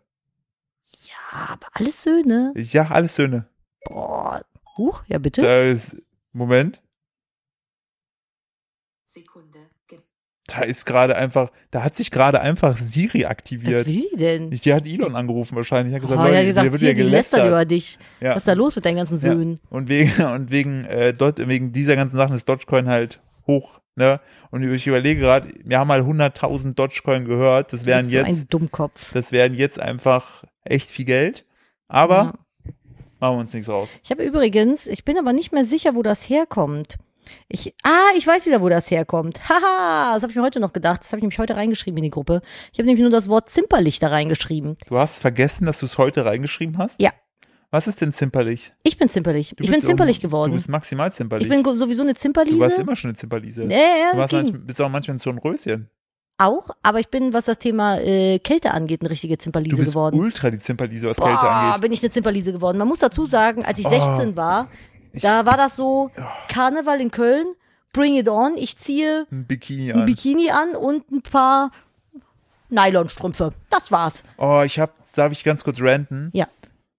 Speaker 2: Ja, aber alles Söhne.
Speaker 1: Ja, alles Söhne.
Speaker 2: Boah. Huch, ja bitte.
Speaker 1: Da ist, Moment,
Speaker 3: Sekunde. Ge
Speaker 1: da ist gerade einfach, da hat sich gerade einfach Siri
Speaker 2: Was
Speaker 1: aktiviert.
Speaker 2: will die denn?
Speaker 1: Die hat Elon angerufen wahrscheinlich. Hat
Speaker 2: Oh,
Speaker 1: gesagt,
Speaker 2: ja,
Speaker 1: Leute,
Speaker 2: die gesagt,
Speaker 1: hier wird
Speaker 2: hier,
Speaker 1: ja
Speaker 2: die lästern
Speaker 1: gelästert.
Speaker 2: über dich.
Speaker 1: Ja.
Speaker 2: Was ist da los mit deinen ganzen
Speaker 1: Ja.
Speaker 2: Söhnen?
Speaker 1: Und wegen, und wegen, äh, dort, wegen dieser ganzen Sachen ist Dogecoin halt hoch. Ne? Und ich überlege gerade, wir haben mal 100.000 Dogecoin gehört. Das wären
Speaker 2: Bist so
Speaker 1: jetzt,
Speaker 2: ein Dummkopf.
Speaker 1: das wären jetzt einfach echt viel Geld. Aber
Speaker 2: Ja.
Speaker 1: machen wir uns nichts raus.
Speaker 2: Ich habe übrigens, ich bin aber nicht mehr sicher, wo das herkommt. Ich, ah, ich weiß wieder, wo das herkommt. Haha, das habe ich mir heute noch gedacht. Das habe ich nämlich heute reingeschrieben in die Gruppe. Ich habe nämlich nur das Wort zimperlich da reingeschrieben.
Speaker 1: Du hast vergessen, dass du es heute reingeschrieben hast?
Speaker 2: Ja.
Speaker 1: Was ist denn zimperlich?
Speaker 2: Ich bin zimperlich.
Speaker 1: Du
Speaker 2: ich
Speaker 1: bist
Speaker 2: bin zimperlich
Speaker 1: irgend- Du
Speaker 2: geworden.
Speaker 1: bist maximal zimperlich.
Speaker 2: Ich bin go- sowieso eine
Speaker 1: du warst
Speaker 2: Zimperliese.
Speaker 1: immer schon eine Zimperliese.
Speaker 2: Nee, ja,
Speaker 1: du warst
Speaker 2: ging.
Speaker 1: manchmal, bist auch manchmal so ein Röschen.
Speaker 2: auch, aber ich bin, was das Thema äh, Kälte angeht, eine richtige
Speaker 1: Du
Speaker 2: Zimperliese
Speaker 1: bist
Speaker 2: geworden.
Speaker 1: ultra die Zimperliese, was Kälte
Speaker 2: Boah,
Speaker 1: angeht.
Speaker 2: bin ich eine Zimperliese geworden. Man muss dazu sagen, als ich
Speaker 1: Oh.
Speaker 2: 16 war, da war das so, Karneval in Köln, bring it on, ich ziehe
Speaker 1: Ein Bikini
Speaker 2: ein
Speaker 1: an.
Speaker 2: Bikini an und ein paar Nylonstrümpfe. Das war's.
Speaker 1: Oh, ich habe, darf ich ganz kurz ranten?
Speaker 2: Ja.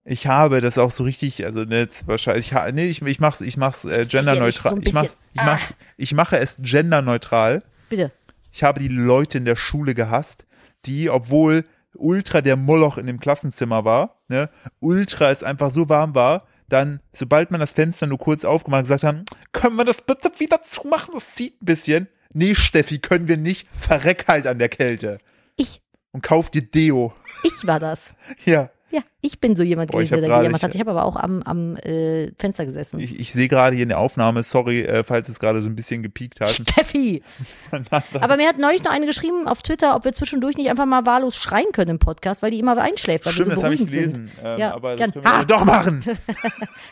Speaker 1: Ich habe das auch so richtig, also ne, jetzt wahrscheinlich, ich, ha- nee, ich, ich mach's, ich mach's äh,
Speaker 2: so
Speaker 1: genderneutral.
Speaker 2: ein
Speaker 1: ich, mach's,
Speaker 2: bisschen. Ah.
Speaker 1: ich, mach's, ich mache es genderneutral.
Speaker 2: Bitte.
Speaker 1: Ich habe die Leute in der Schule gehasst, die, obwohl Ultra der Moloch in dem Klassenzimmer war, ne, Ultra es einfach so warm war, dann, sobald man das Fenster nur kurz aufgemacht hat, gesagt haben, können wir das bitte wieder zumachen? Das zieht ein bisschen. Nee, Steffi, können wir nicht. Verreck halt an der Kälte.
Speaker 2: Ich,
Speaker 1: Und kauf dir Deo.
Speaker 2: ich war das.
Speaker 1: Ja.
Speaker 2: Ja, ich bin so jemand
Speaker 1: Boah, ich
Speaker 2: gewesen,
Speaker 1: hab
Speaker 2: der da
Speaker 1: grade-
Speaker 2: gejammert
Speaker 1: ich-
Speaker 2: hat. Ich habe aber auch am, am äh, Fenster gesessen.
Speaker 1: Ich, ich sehe gerade hier in der Aufnahme, sorry, äh, falls es gerade so ein bisschen gepiekt hat.
Speaker 2: Steffi! Aber mir hat neulich noch eine geschrieben auf Twitter, ob wir zwischendurch nicht einfach mal wahllos schreien können im Podcast, weil die immer einschläft, weil
Speaker 1: Stimmt,
Speaker 2: wir so
Speaker 1: das habe ich
Speaker 2: beruhigend
Speaker 1: gelesen.
Speaker 2: sind.
Speaker 1: Ähm,
Speaker 2: Ja,
Speaker 1: aber
Speaker 2: gern.
Speaker 1: das können wir
Speaker 2: Ah!
Speaker 1: doch machen.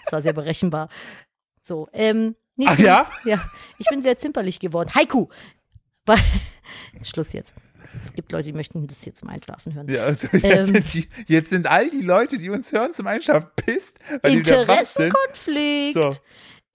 Speaker 2: Das war sehr berechenbar. So, ähm. nee,
Speaker 1: Ach
Speaker 2: ich bin,
Speaker 1: ja?
Speaker 2: Ja. Ich bin sehr zimperlich geworden. Haiku! Weil- Schluss jetzt. Es gibt Leute, die möchten das jetzt zum Einschlafen hören.
Speaker 1: Ja, also jetzt,
Speaker 2: Ähm.
Speaker 1: sind die, jetzt sind all die Leute, die uns hören, zum Einschlafen pisst, weil die wieder wach sind.
Speaker 2: Interessenkonflikt.
Speaker 1: So.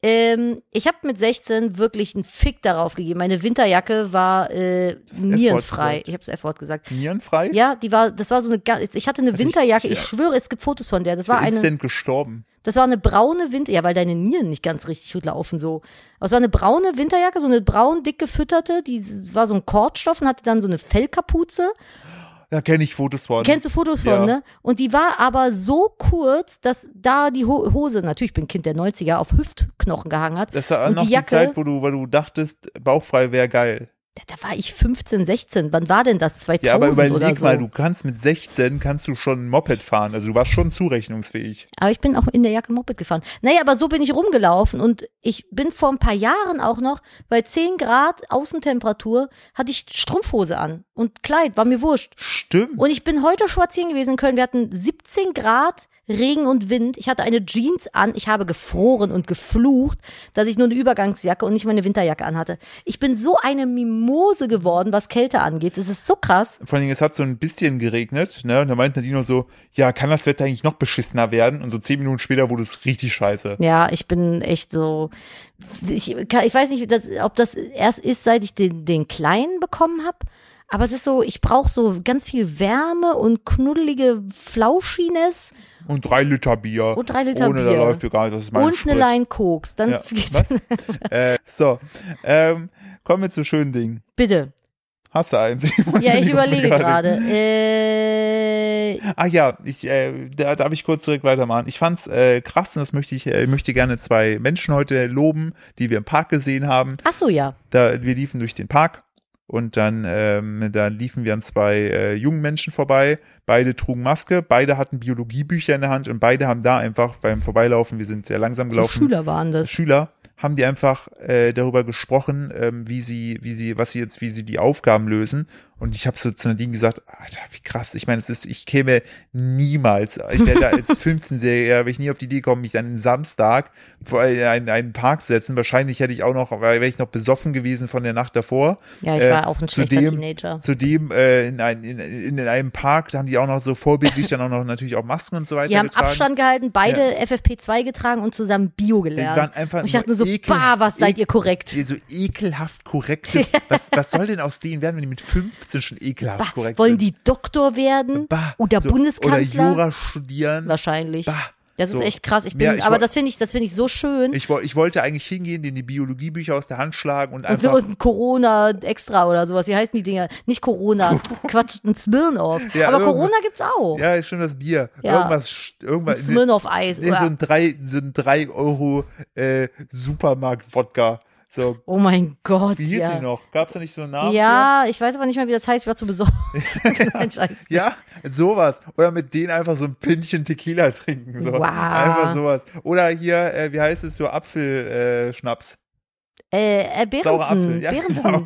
Speaker 2: Ähm, ich habe mit 16 wirklich einen Fick darauf gegeben. Meine Winterjacke war äh,
Speaker 1: hast F-Wort
Speaker 2: nierenfrei.
Speaker 1: gesagt.
Speaker 2: Ich habe es F-Wort gesagt.
Speaker 1: Nierenfrei?
Speaker 2: Ja, die war, das war so eine, ga- ich hatte eine
Speaker 1: Hatte ich-
Speaker 2: Winterjacke.
Speaker 1: ja.
Speaker 2: Ich schwöre, es gibt Fotos von der. Das
Speaker 1: Ich bin
Speaker 2: war eine,
Speaker 1: instant gestorben.
Speaker 2: das war eine braune Winter, ja, weil deine Nieren nicht ganz richtig gut laufen so. Aber es war eine braune Winterjacke, so eine braun dick gefütterte. Die s- war so ein Kordstoff und hatte dann so eine Fellkapuze.
Speaker 1: Da kenne ich Fotos von.
Speaker 2: Kennst du Fotos von,
Speaker 1: Ja.
Speaker 2: ne? Und die war aber so kurz, dass da die Ho Hose, natürlich bin Kind der 90er, auf Hüftknochen gehangen hat.
Speaker 1: das war
Speaker 2: und
Speaker 1: noch
Speaker 2: die
Speaker 1: die,
Speaker 2: Jacke-
Speaker 1: Zeit, wo du, wo du dachtest, bauchfrei wäre geil.
Speaker 2: Da, da war ich 15, 16. Wann war denn das? 2000
Speaker 1: Ja, aber
Speaker 2: oder
Speaker 1: überleg
Speaker 2: so.
Speaker 1: mal, du kannst mit 16 kannst du schon ein Moped fahren. Also du warst schon zurechnungsfähig.
Speaker 2: Aber ich bin auch in der Jacke Moped gefahren. Naja, aber so bin ich rumgelaufen und ich bin vor ein paar Jahren auch noch bei 10 Grad Außentemperatur hatte ich Strumpfhose an und Kleid, war mir wurscht.
Speaker 1: Stimmt.
Speaker 2: Und ich bin heute spazieren gewesen in Köln. Wir hatten 17 Grad Regen und Wind. Ich hatte eine Jeans an. Ich habe gefroren und geflucht, dass ich nur eine Übergangsjacke und nicht meine Winterjacke anhatte. Ich bin so eine Mimose geworden, was Kälte angeht. Das ist so krass.
Speaker 1: Vor allen Dingen, es hat so ein bisschen geregnet, ne? Und da meinte Nadine nur so, ja, kann das Wetter eigentlich noch beschissener werden? Und so zehn Minuten später wurde es richtig scheiße.
Speaker 2: Ja, ich bin echt so. Ich, kann- ich weiß nicht, dass, ob das erst ist, seit ich den, den Kleinen bekommen habe. Aber es ist so, ich brauche so ganz viel Wärme und knuddelige Flauschines
Speaker 1: Und drei Liter Bier.
Speaker 2: Und drei Liter
Speaker 1: Ohne,
Speaker 2: Bier.
Speaker 1: da läuft egal, das ist mein
Speaker 2: und eine Line Koks. Dann
Speaker 1: Ja.
Speaker 2: geht's.
Speaker 1: äh, So, ähm, kommen wir zu schönen Dingen.
Speaker 2: Bitte.
Speaker 1: Hast du eins?
Speaker 2: Ja, ich
Speaker 1: muss
Speaker 2: überlege
Speaker 1: gerade-
Speaker 2: gerade. Äh,
Speaker 1: Ach ja, ich, äh, da darf ich kurz direkt weitermachen. Ich fand's äh, krass und das möchte ich, äh, möchte gerne zwei Menschen heute loben, die wir im Park gesehen haben.
Speaker 2: ach so, ja.
Speaker 1: Da, wir liefen durch den Park und dann, ähm, dann liefen wir an zwei äh, jungen Menschen vorbei. Beide trugen Maske, beide hatten Biologiebücher in der Hand und beide haben da einfach beim Vorbeilaufen, wir sind sehr langsam
Speaker 2: So
Speaker 1: gelaufen,
Speaker 2: Schüler waren das.
Speaker 1: Schüler haben die einfach äh, darüber gesprochen, ähm, wie sie, wie sie, was sie jetzt, wie sie die Aufgaben lösen. Und ich habe so zu Nadine gesagt, Alter, wie krass. Ich meine, es ist, ich käme niemals, ich wäre da als 15-Jähriger, wäre ich nie auf die Idee gekommen, mich dann einen Samstag vor äh, einen, einen Park zu setzen. Wahrscheinlich hätte ich auch noch, wäre ich noch besoffen gewesen von der Nacht davor.
Speaker 2: Ja, ich
Speaker 1: Äh,
Speaker 2: war auch ein schlechter
Speaker 1: zudem-
Speaker 2: Teenager.
Speaker 1: Zudem äh, in, ein, in, in einem Park, da haben die auch noch so vorbildlich dann auch noch natürlich auch Masken und so weiter
Speaker 2: Die haben
Speaker 1: getragen.
Speaker 2: Abstand gehalten, beide FFP2 getragen und zusammen Bio gelernt.
Speaker 1: waren einfach
Speaker 2: und ich dachte nur
Speaker 1: nur
Speaker 2: so,
Speaker 1: ekel-
Speaker 2: bah, was seid
Speaker 1: ekel-
Speaker 2: ihr korrekt?
Speaker 1: die so ekelhaft korrekt sind. Was, was soll denn aus denen werden, wenn die mit 15 schon ekelhaft
Speaker 2: Bah,
Speaker 1: korrekt
Speaker 2: wollen
Speaker 1: sind?
Speaker 2: die Doktor werden?
Speaker 1: bah,
Speaker 2: oder
Speaker 1: so,
Speaker 2: Bundeskanzler?
Speaker 1: Oder Jura studieren.
Speaker 2: Wahrscheinlich.
Speaker 1: Bah,
Speaker 2: das ist
Speaker 1: so.
Speaker 2: echt krass. Ich bin,
Speaker 1: Ja, ich
Speaker 2: aber
Speaker 1: woll-
Speaker 2: das finde ich, das finde ich so schön.
Speaker 1: Ich, woll- ich wollte eigentlich hingehen, denen die Biologiebücher aus der Hand schlagen und
Speaker 2: und,
Speaker 1: einfach.
Speaker 2: und Corona extra oder sowas. Wie heißen die Dinger? Nicht Corona. Quatsch, ein Smirnoff.
Speaker 1: Ja,
Speaker 2: aber
Speaker 1: irgendwo-
Speaker 2: Corona gibt's auch.
Speaker 1: ja, ist schon das Bier.
Speaker 2: Ja.
Speaker 1: Irgendwas, st- irgendwas.
Speaker 2: Ein Smirnoff-Eis,
Speaker 1: Nee, so
Speaker 2: oder?
Speaker 1: ein 3 so ein drei Euro äh, Supermarkt-Wodka. So,
Speaker 2: Oh mein Gott.
Speaker 1: wie hieß
Speaker 2: ja.
Speaker 1: die noch? Gab es da nicht so einen Namen?
Speaker 2: Ja, ich weiß aber nicht mehr, wie das heißt. Ich war zu besorgt. Nein, ich weiß.
Speaker 1: für? Ja, sowas. Oder mit denen einfach so ein Pintchen Tequila trinken. So.
Speaker 2: Wow.
Speaker 1: Einfach sowas. Oder hier, äh, wie heißt es, so Apfelschnaps.
Speaker 2: Äh, äh,
Speaker 1: Saurer
Speaker 2: Behrensen.
Speaker 1: Apfel. Ja,
Speaker 2: Behrensen.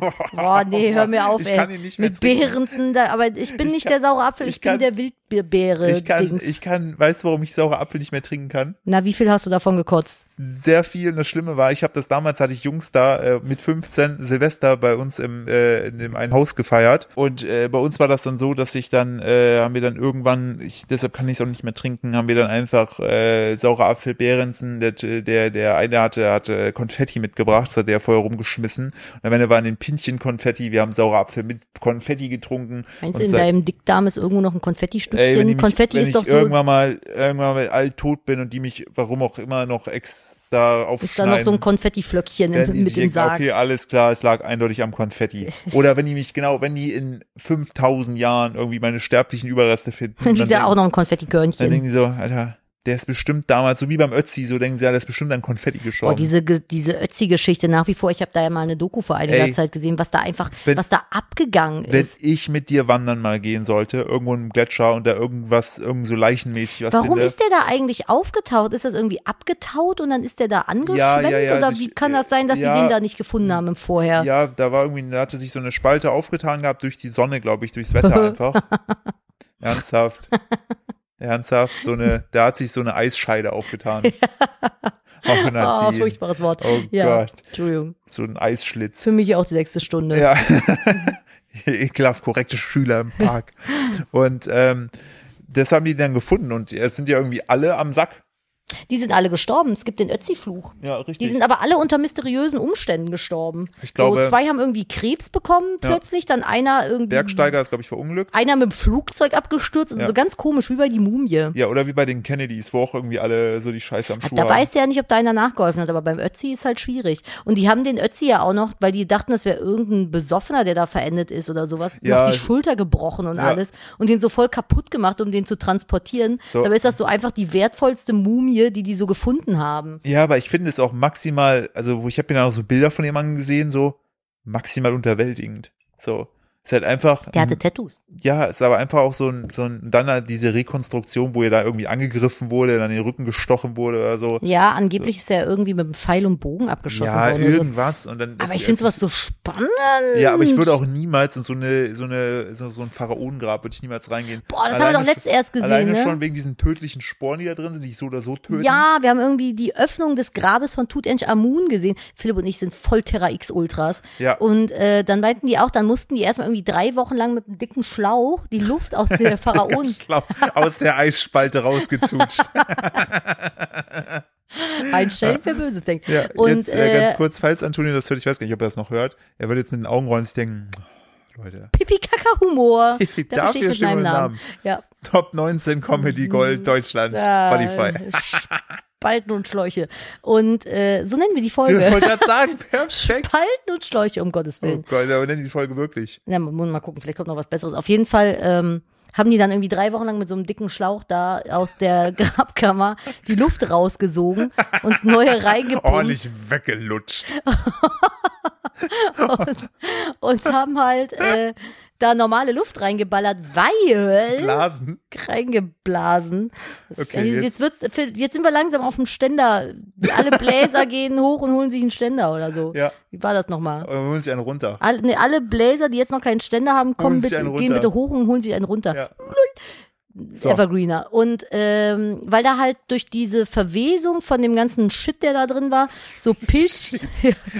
Speaker 1: genau.
Speaker 2: Boah, nee, hör mir auf,
Speaker 1: Ich
Speaker 2: ey.
Speaker 1: kann ihn nicht mehr
Speaker 2: Mit
Speaker 1: trinken.
Speaker 2: Behrensen, da, aber ich bin
Speaker 1: Ich
Speaker 2: nicht
Speaker 1: kann-
Speaker 2: der saure Apfel, ich,
Speaker 1: ich
Speaker 2: bin
Speaker 1: kann-
Speaker 2: der Wildbeere.
Speaker 1: Ich kann,
Speaker 2: Dings.
Speaker 1: ich kann, weißt du, warum ich saure Apfel nicht mehr trinken kann?
Speaker 2: Na, wie viel hast du davon gekotzt?
Speaker 1: Sehr viel. Und das Schlimme war, ich habe das damals, hatte ich Jungs da äh, mit 15 Silvester bei uns im, äh, in dem einen Haus gefeiert. Und äh, bei uns war das dann so, dass ich dann, äh, haben wir dann irgendwann, ich, deshalb kann ich es auch nicht mehr trinken, haben wir dann einfach äh, saure Apfel Behrensen, der, der, der eine hatte, hatte Konfetti mitgebracht, das hat der vorher rumgeschmissen. Und am Ende waren in Pinchen Konfetti, wir haben saure Apfel mit Konfetti getrunken.
Speaker 2: Meinst
Speaker 1: Und
Speaker 2: du, in
Speaker 1: seit-
Speaker 2: deinem Dickdarm ist irgendwo noch ein
Speaker 1: Ey,
Speaker 2: Konfettistückchen?
Speaker 1: wenn ich,
Speaker 2: Konfetti
Speaker 1: wenn
Speaker 2: ist
Speaker 1: ich
Speaker 2: doch so,
Speaker 1: irgendwann mal irgendwann mal alt tot bin und die mich warum auch immer noch ex da
Speaker 2: ist da noch
Speaker 1: aufschneiden.
Speaker 2: so ein Konfettiflöckchen
Speaker 1: werden die
Speaker 2: im,
Speaker 1: sich
Speaker 2: mit
Speaker 1: denken,
Speaker 2: dem Sarg.
Speaker 1: Okay, alles klar, es lag eindeutig am Konfetti. Oder wenn die mich genau, wenn die in 5000 Jahren irgendwie meine sterblichen Überreste finden,
Speaker 2: Dann liegt da
Speaker 1: denken,
Speaker 2: auch noch ein
Speaker 1: dann denken
Speaker 2: Konfettikörnchen.
Speaker 1: die so, Alter, der ist bestimmt damals so wie beim Ötzi, so denken sie, ja, der ist bestimmt an Konfetti
Speaker 2: Boah,
Speaker 1: gestorben.
Speaker 2: diese, Ge- diese Ötzi-Geschichte nach wie vor, ich habe da ja mal eine Doku vor einiger
Speaker 1: Ey.
Speaker 2: Zeit gesehen, was da einfach,
Speaker 1: Wenn-
Speaker 2: was da abgegangen
Speaker 1: wenn
Speaker 2: ist.
Speaker 1: ich mit dir wandern mal gehen sollte, irgendwo im Gletscher und da irgendwas, irgend so leichenmäßig was
Speaker 2: Warum
Speaker 1: finde.
Speaker 2: ist der da eigentlich aufgetaut? Ist das irgendwie abgetaut und dann ist der da angeschwemmt?
Speaker 1: Ja, ja, ja,
Speaker 2: oder
Speaker 1: durch-
Speaker 2: wie kann das sein, dass
Speaker 1: ja.
Speaker 2: die den da nicht gefunden haben im Vorher?
Speaker 1: Ja, da war irgendwie, da hatte sich so eine Spalte aufgetan gehabt durch die Sonne, glaube ich, durchs Wetter einfach. Ernsthaft. Ernsthaft, so eine, da hat sich so eine Eisscheide aufgetan. Oh,
Speaker 2: Ah,
Speaker 1: Nadine.
Speaker 2: furchtbares Wort.
Speaker 1: Oh
Speaker 2: ja.
Speaker 1: Gott.
Speaker 2: Entschuldigung.
Speaker 1: So ein Eisschlitz.
Speaker 2: Für mich auch die sechste Stunde.
Speaker 1: Ja. Ekelhaft korrekte Schüler im Park. Und ähm, das haben die dann gefunden und es sind ja irgendwie alle am Sack.
Speaker 2: Die sind alle gestorben. Es gibt den Ötzi-Fluch.
Speaker 1: Ja,
Speaker 2: Die
Speaker 1: richtig.
Speaker 2: sind aber alle unter mysteriösen Umständen gestorben.
Speaker 1: Ich glaube-
Speaker 2: so, zwei haben irgendwie Krebs bekommen
Speaker 1: Ja.
Speaker 2: plötzlich, dann einer irgendwie.
Speaker 1: Bergsteiger ist, glaube ich, verunglückt.
Speaker 2: Einer mit dem Flugzeug abgestürzt. Also
Speaker 1: Ja.
Speaker 2: so ganz komisch, wie bei die Mumie.
Speaker 1: Ja, oder wie bei den Kennedys, wo auch irgendwie alle so die Scheiße am Schuh
Speaker 2: Da
Speaker 1: haben.
Speaker 2: weißt du ja nicht, ob da einer nachgeholfen hat, aber beim Ötzi ist halt schwierig. Und die haben den Ötzi ja auch noch, weil die dachten, das wäre irgendein Besoffener, der da verendet ist oder sowas,
Speaker 1: Ja,
Speaker 2: noch die
Speaker 1: es-
Speaker 2: Schulter gebrochen und
Speaker 1: Ja.
Speaker 2: alles und den so voll kaputt gemacht, um den zu transportieren.
Speaker 1: So.
Speaker 2: Dabei ist das so einfach die wertvollste Mumie, die die so gefunden haben.
Speaker 1: Ja, aber ich finde es auch maximal, also wo ich habe mir da noch so Bilder von jemandem gesehen, so, maximal unterwältigend. So. Ist halt einfach.
Speaker 2: Der hatte Tattoos.
Speaker 1: Ja, ist aber einfach auch so ein, so ein, dann halt diese Rekonstruktion, wo er da irgendwie angegriffen wurde, dann in den Rücken gestochen wurde oder so.
Speaker 2: Ja, angeblich ist er irgendwie mit einem Pfeil und Bogen abgeschossen
Speaker 1: Ja,
Speaker 2: worden. oder sowas.
Speaker 1: irgendwas. Und dann
Speaker 2: Aber
Speaker 1: ist-
Speaker 2: ich finde sowas so spannend.
Speaker 1: Ja, aber ich würde auch niemals in so eine, so eine, so, so ein Pharaonengrab würde ich niemals reingehen.
Speaker 2: Boah, das haben wir
Speaker 1: Alleine
Speaker 2: doch letztens
Speaker 1: schon-
Speaker 2: erst gesehen,
Speaker 1: Alleine
Speaker 2: ne?
Speaker 1: schon wegen diesen tödlichen Sporen, die da drin sind, die ich so oder so töten.
Speaker 2: Ja, wir haben irgendwie die Öffnung des Grabes von Tutanchamun gesehen. Philipp und ich sind voll Terra X Ultras.
Speaker 1: Ja.
Speaker 2: Und äh, dann meinten die auch, dann mussten die erstmal irgendwie drei Wochen lang mit einem dicken Schlauch die Luft aus der Pharaonen
Speaker 1: Schlau, aus der Eisspalte rausgezutscht.
Speaker 2: einstellen, wer Böses denkt.
Speaker 1: Ja,
Speaker 2: und
Speaker 1: jetzt äh, ganz
Speaker 2: äh,
Speaker 1: kurz, falls Antonio das hört, ich weiß gar nicht, ob er das noch hört, er wird jetzt mit den Augen rollen und sich denken, "Hm, Leute,
Speaker 2: Pipi Kaka Humor. Da
Speaker 1: Dafür
Speaker 2: verstehe ich mit
Speaker 1: stehen wir
Speaker 2: meinem
Speaker 1: im
Speaker 2: Namen.
Speaker 1: Namen.
Speaker 2: Ja.
Speaker 1: Top 19 Comedy
Speaker 2: Hm,
Speaker 1: Gold Deutschland Spotify.
Speaker 2: Äh, Spalten und Schläuche. Und äh, so nennen wir die
Speaker 1: Ich
Speaker 2: Folge.
Speaker 1: wollte gerade sagen, perfekt.
Speaker 2: Spalten und Schläuche, um Gottes
Speaker 1: Oh
Speaker 2: Willen.
Speaker 1: Gott, aber nennen die Folge wirklich.
Speaker 2: Na, man muss mal gucken, vielleicht kommt noch was Besseres. Auf jeden Fall ähm, haben die dann irgendwie drei Wochen lang mit so einem dicken Schlauch da aus der Grabkammer die Luft rausgesogen und neue reingepumpt
Speaker 1: Ordentlich weggelutscht.
Speaker 2: Äh? und haben halt äh, da normale Luft reingeballert, weil
Speaker 1: Blasen.
Speaker 2: reingeblasen. Das-
Speaker 1: Okay,
Speaker 2: also jetzt,
Speaker 1: jetzt-
Speaker 2: wird's, Phil, jetzt sind wir langsam auf dem Ständer. Alle Bläser gehen hoch und holen sich einen Ständer oder so.
Speaker 1: Ja,
Speaker 2: Wie war das nochmal?
Speaker 1: aber wir holen sich einen runter.
Speaker 2: Alle, nee, alle Bläser, die jetzt noch keinen Ständer haben, kommen
Speaker 1: Holen sich
Speaker 2: bitte,
Speaker 1: einen
Speaker 2: gehen
Speaker 1: runter.
Speaker 2: bitte hoch und holen sich einen runter.
Speaker 1: Ja. So.
Speaker 2: Evergreener. Und ähm, weil da halt durch diese Verwesung von dem ganzen Shit, der da drin war, so Pilz,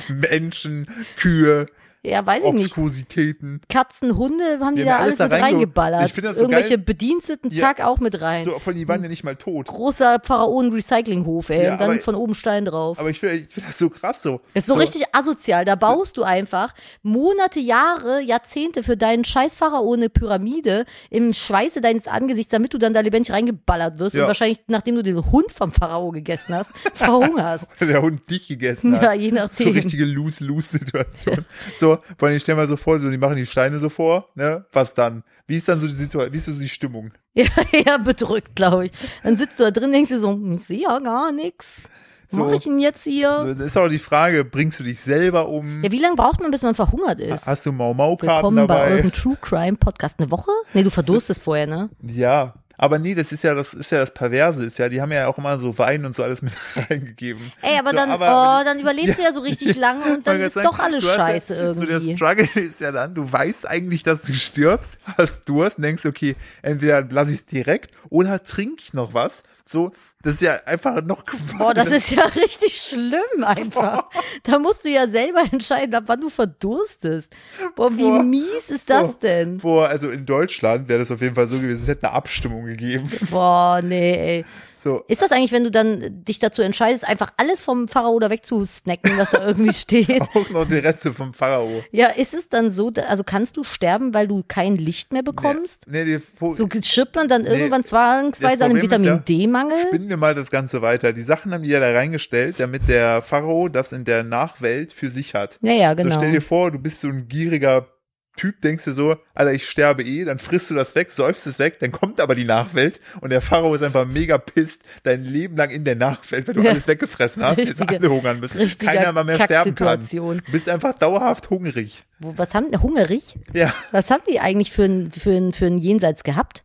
Speaker 1: Menschen, Kühe,
Speaker 2: ja, weiß ich nicht,
Speaker 1: Obskusitäten.
Speaker 2: Katzen, Hunde, haben die
Speaker 1: haben
Speaker 2: da
Speaker 1: ja
Speaker 2: alles
Speaker 1: alles da
Speaker 2: mit
Speaker 1: reinge-
Speaker 2: reingeballert.
Speaker 1: Ich find das so
Speaker 2: Irgendwelche
Speaker 1: geil.
Speaker 2: Bediensteten,
Speaker 1: Ja.
Speaker 2: zack, auch mit rein.
Speaker 1: So, von die waren ja nicht mal tot.
Speaker 2: Großer Pharaonen-Recyclinghof, ey.
Speaker 1: Ja,
Speaker 2: und dann
Speaker 1: aber-
Speaker 2: von oben Stein drauf.
Speaker 1: Aber ich finde ich find das so krass so.
Speaker 2: ist so, richtig asozial. Da baust du einfach Monate, Jahre, Jahrzehnte für deinen scheiß Pharaone Pyramide im Schweiße deines Angesichts, damit du dann da lebendig reingeballert wirst und
Speaker 1: Ja.
Speaker 2: wahrscheinlich, nachdem du den Hund vom Pharao gegessen hast, verhungerst.
Speaker 1: Der Hund dich gegessen hat.
Speaker 2: ja, je
Speaker 1: So
Speaker 2: nachdem.
Speaker 1: richtige Lose-Lose-Situation. So, vor allem, ich stell mal so vor, so, die machen die Steine so vor, ne? Was dann? Wie ist dann so die Situation, wie ist so die Stimmung?
Speaker 2: ja, ja, bedrückt, glaube ich. Dann sitzt du da drin, denkst dir so, hm, ich sehe ja gar nichts. Was
Speaker 1: So.
Speaker 2: mache ich denn jetzt hier?
Speaker 1: So, das ist auch die Frage, bringst du dich selber um?
Speaker 2: Ja, wie lange braucht man, bis man verhungert ist?
Speaker 1: Hast du Mau-Mau-Karten
Speaker 2: Willkommen bei
Speaker 1: dabei?
Speaker 2: eurem True Crime Podcast. Eine Woche? Nee, du verdurstest vorher, ne?
Speaker 1: Ja. Aber nee, das ist ja das ist ja das Perverse, ist ja, die haben ja auch immer so Wein und so alles mit reingegeben.
Speaker 2: Ey, aber
Speaker 1: so,
Speaker 2: dann, oh, dann überlebst du ja so richtig lange und dann
Speaker 1: Wollte
Speaker 2: ist
Speaker 1: gerade
Speaker 2: doch
Speaker 1: sagen,
Speaker 2: alles
Speaker 1: du hast
Speaker 2: scheiße
Speaker 1: ja,
Speaker 2: irgendwie.
Speaker 1: So der Struggle ist ja dann, du weißt eigentlich, dass du stirbst, hast Durst und denkst, okay, entweder lasse ich es direkt oder trinke ich noch was. So, das ist ja einfach noch Quatsch.
Speaker 2: Boah, Oh, das ist ja richtig schlimm einfach. Da musst du ja selber entscheiden, ab wann du verdurstest. Boah, Oh. wie
Speaker 1: Boah.
Speaker 2: mies ist das
Speaker 1: Boah.
Speaker 2: denn?
Speaker 1: Boah, also in Deutschland wäre das auf jeden Fall so gewesen, es hätte eine Abstimmung gegeben.
Speaker 2: Boah, nee, ey.
Speaker 1: So,
Speaker 2: Ist das eigentlich, wenn du dann dich dazu entscheidest, einfach alles vom Pharao da wegzusnacken, was da irgendwie steht?
Speaker 1: auch noch die Reste vom Pharao.
Speaker 2: Ja, ist es dann so, da- also kannst du sterben, weil du kein Licht mehr bekommst?
Speaker 1: Nee, nee, die-
Speaker 2: So stirbt man dann irgendwann
Speaker 1: das
Speaker 2: zwangsweise an einem
Speaker 1: Problem ist
Speaker 2: Vitamin
Speaker 1: ja,
Speaker 2: D-Mangel?
Speaker 1: Spinnen wir mal das Ganze weiter. Die Sachen haben die ja da reingestellt, damit der Pharao das in der Nachwelt für sich hat.
Speaker 2: Ja, ja, genau.
Speaker 1: So stell dir vor, du bist so ein gieriger Typ, denkst dir so, Alter, ich sterbe eh, dann frisst du das weg, säufst es weg, dann kommt aber die Nachwelt und der Pharao ist einfach mega pisst, dein Leben lang in der Nachwelt, weil du alles weggefressen hast,
Speaker 2: Richtige-
Speaker 1: jetzt alle hungern müssen,
Speaker 2: richtiger
Speaker 1: keiner mal mehr sterben kann.
Speaker 2: Kacksituation.
Speaker 1: Du bist einfach dauerhaft hungrig.
Speaker 2: Wo- Was haben, hungrig?
Speaker 1: Ja,
Speaker 2: Was haben die eigentlich für ein, für ein, für ein Jenseits gehabt?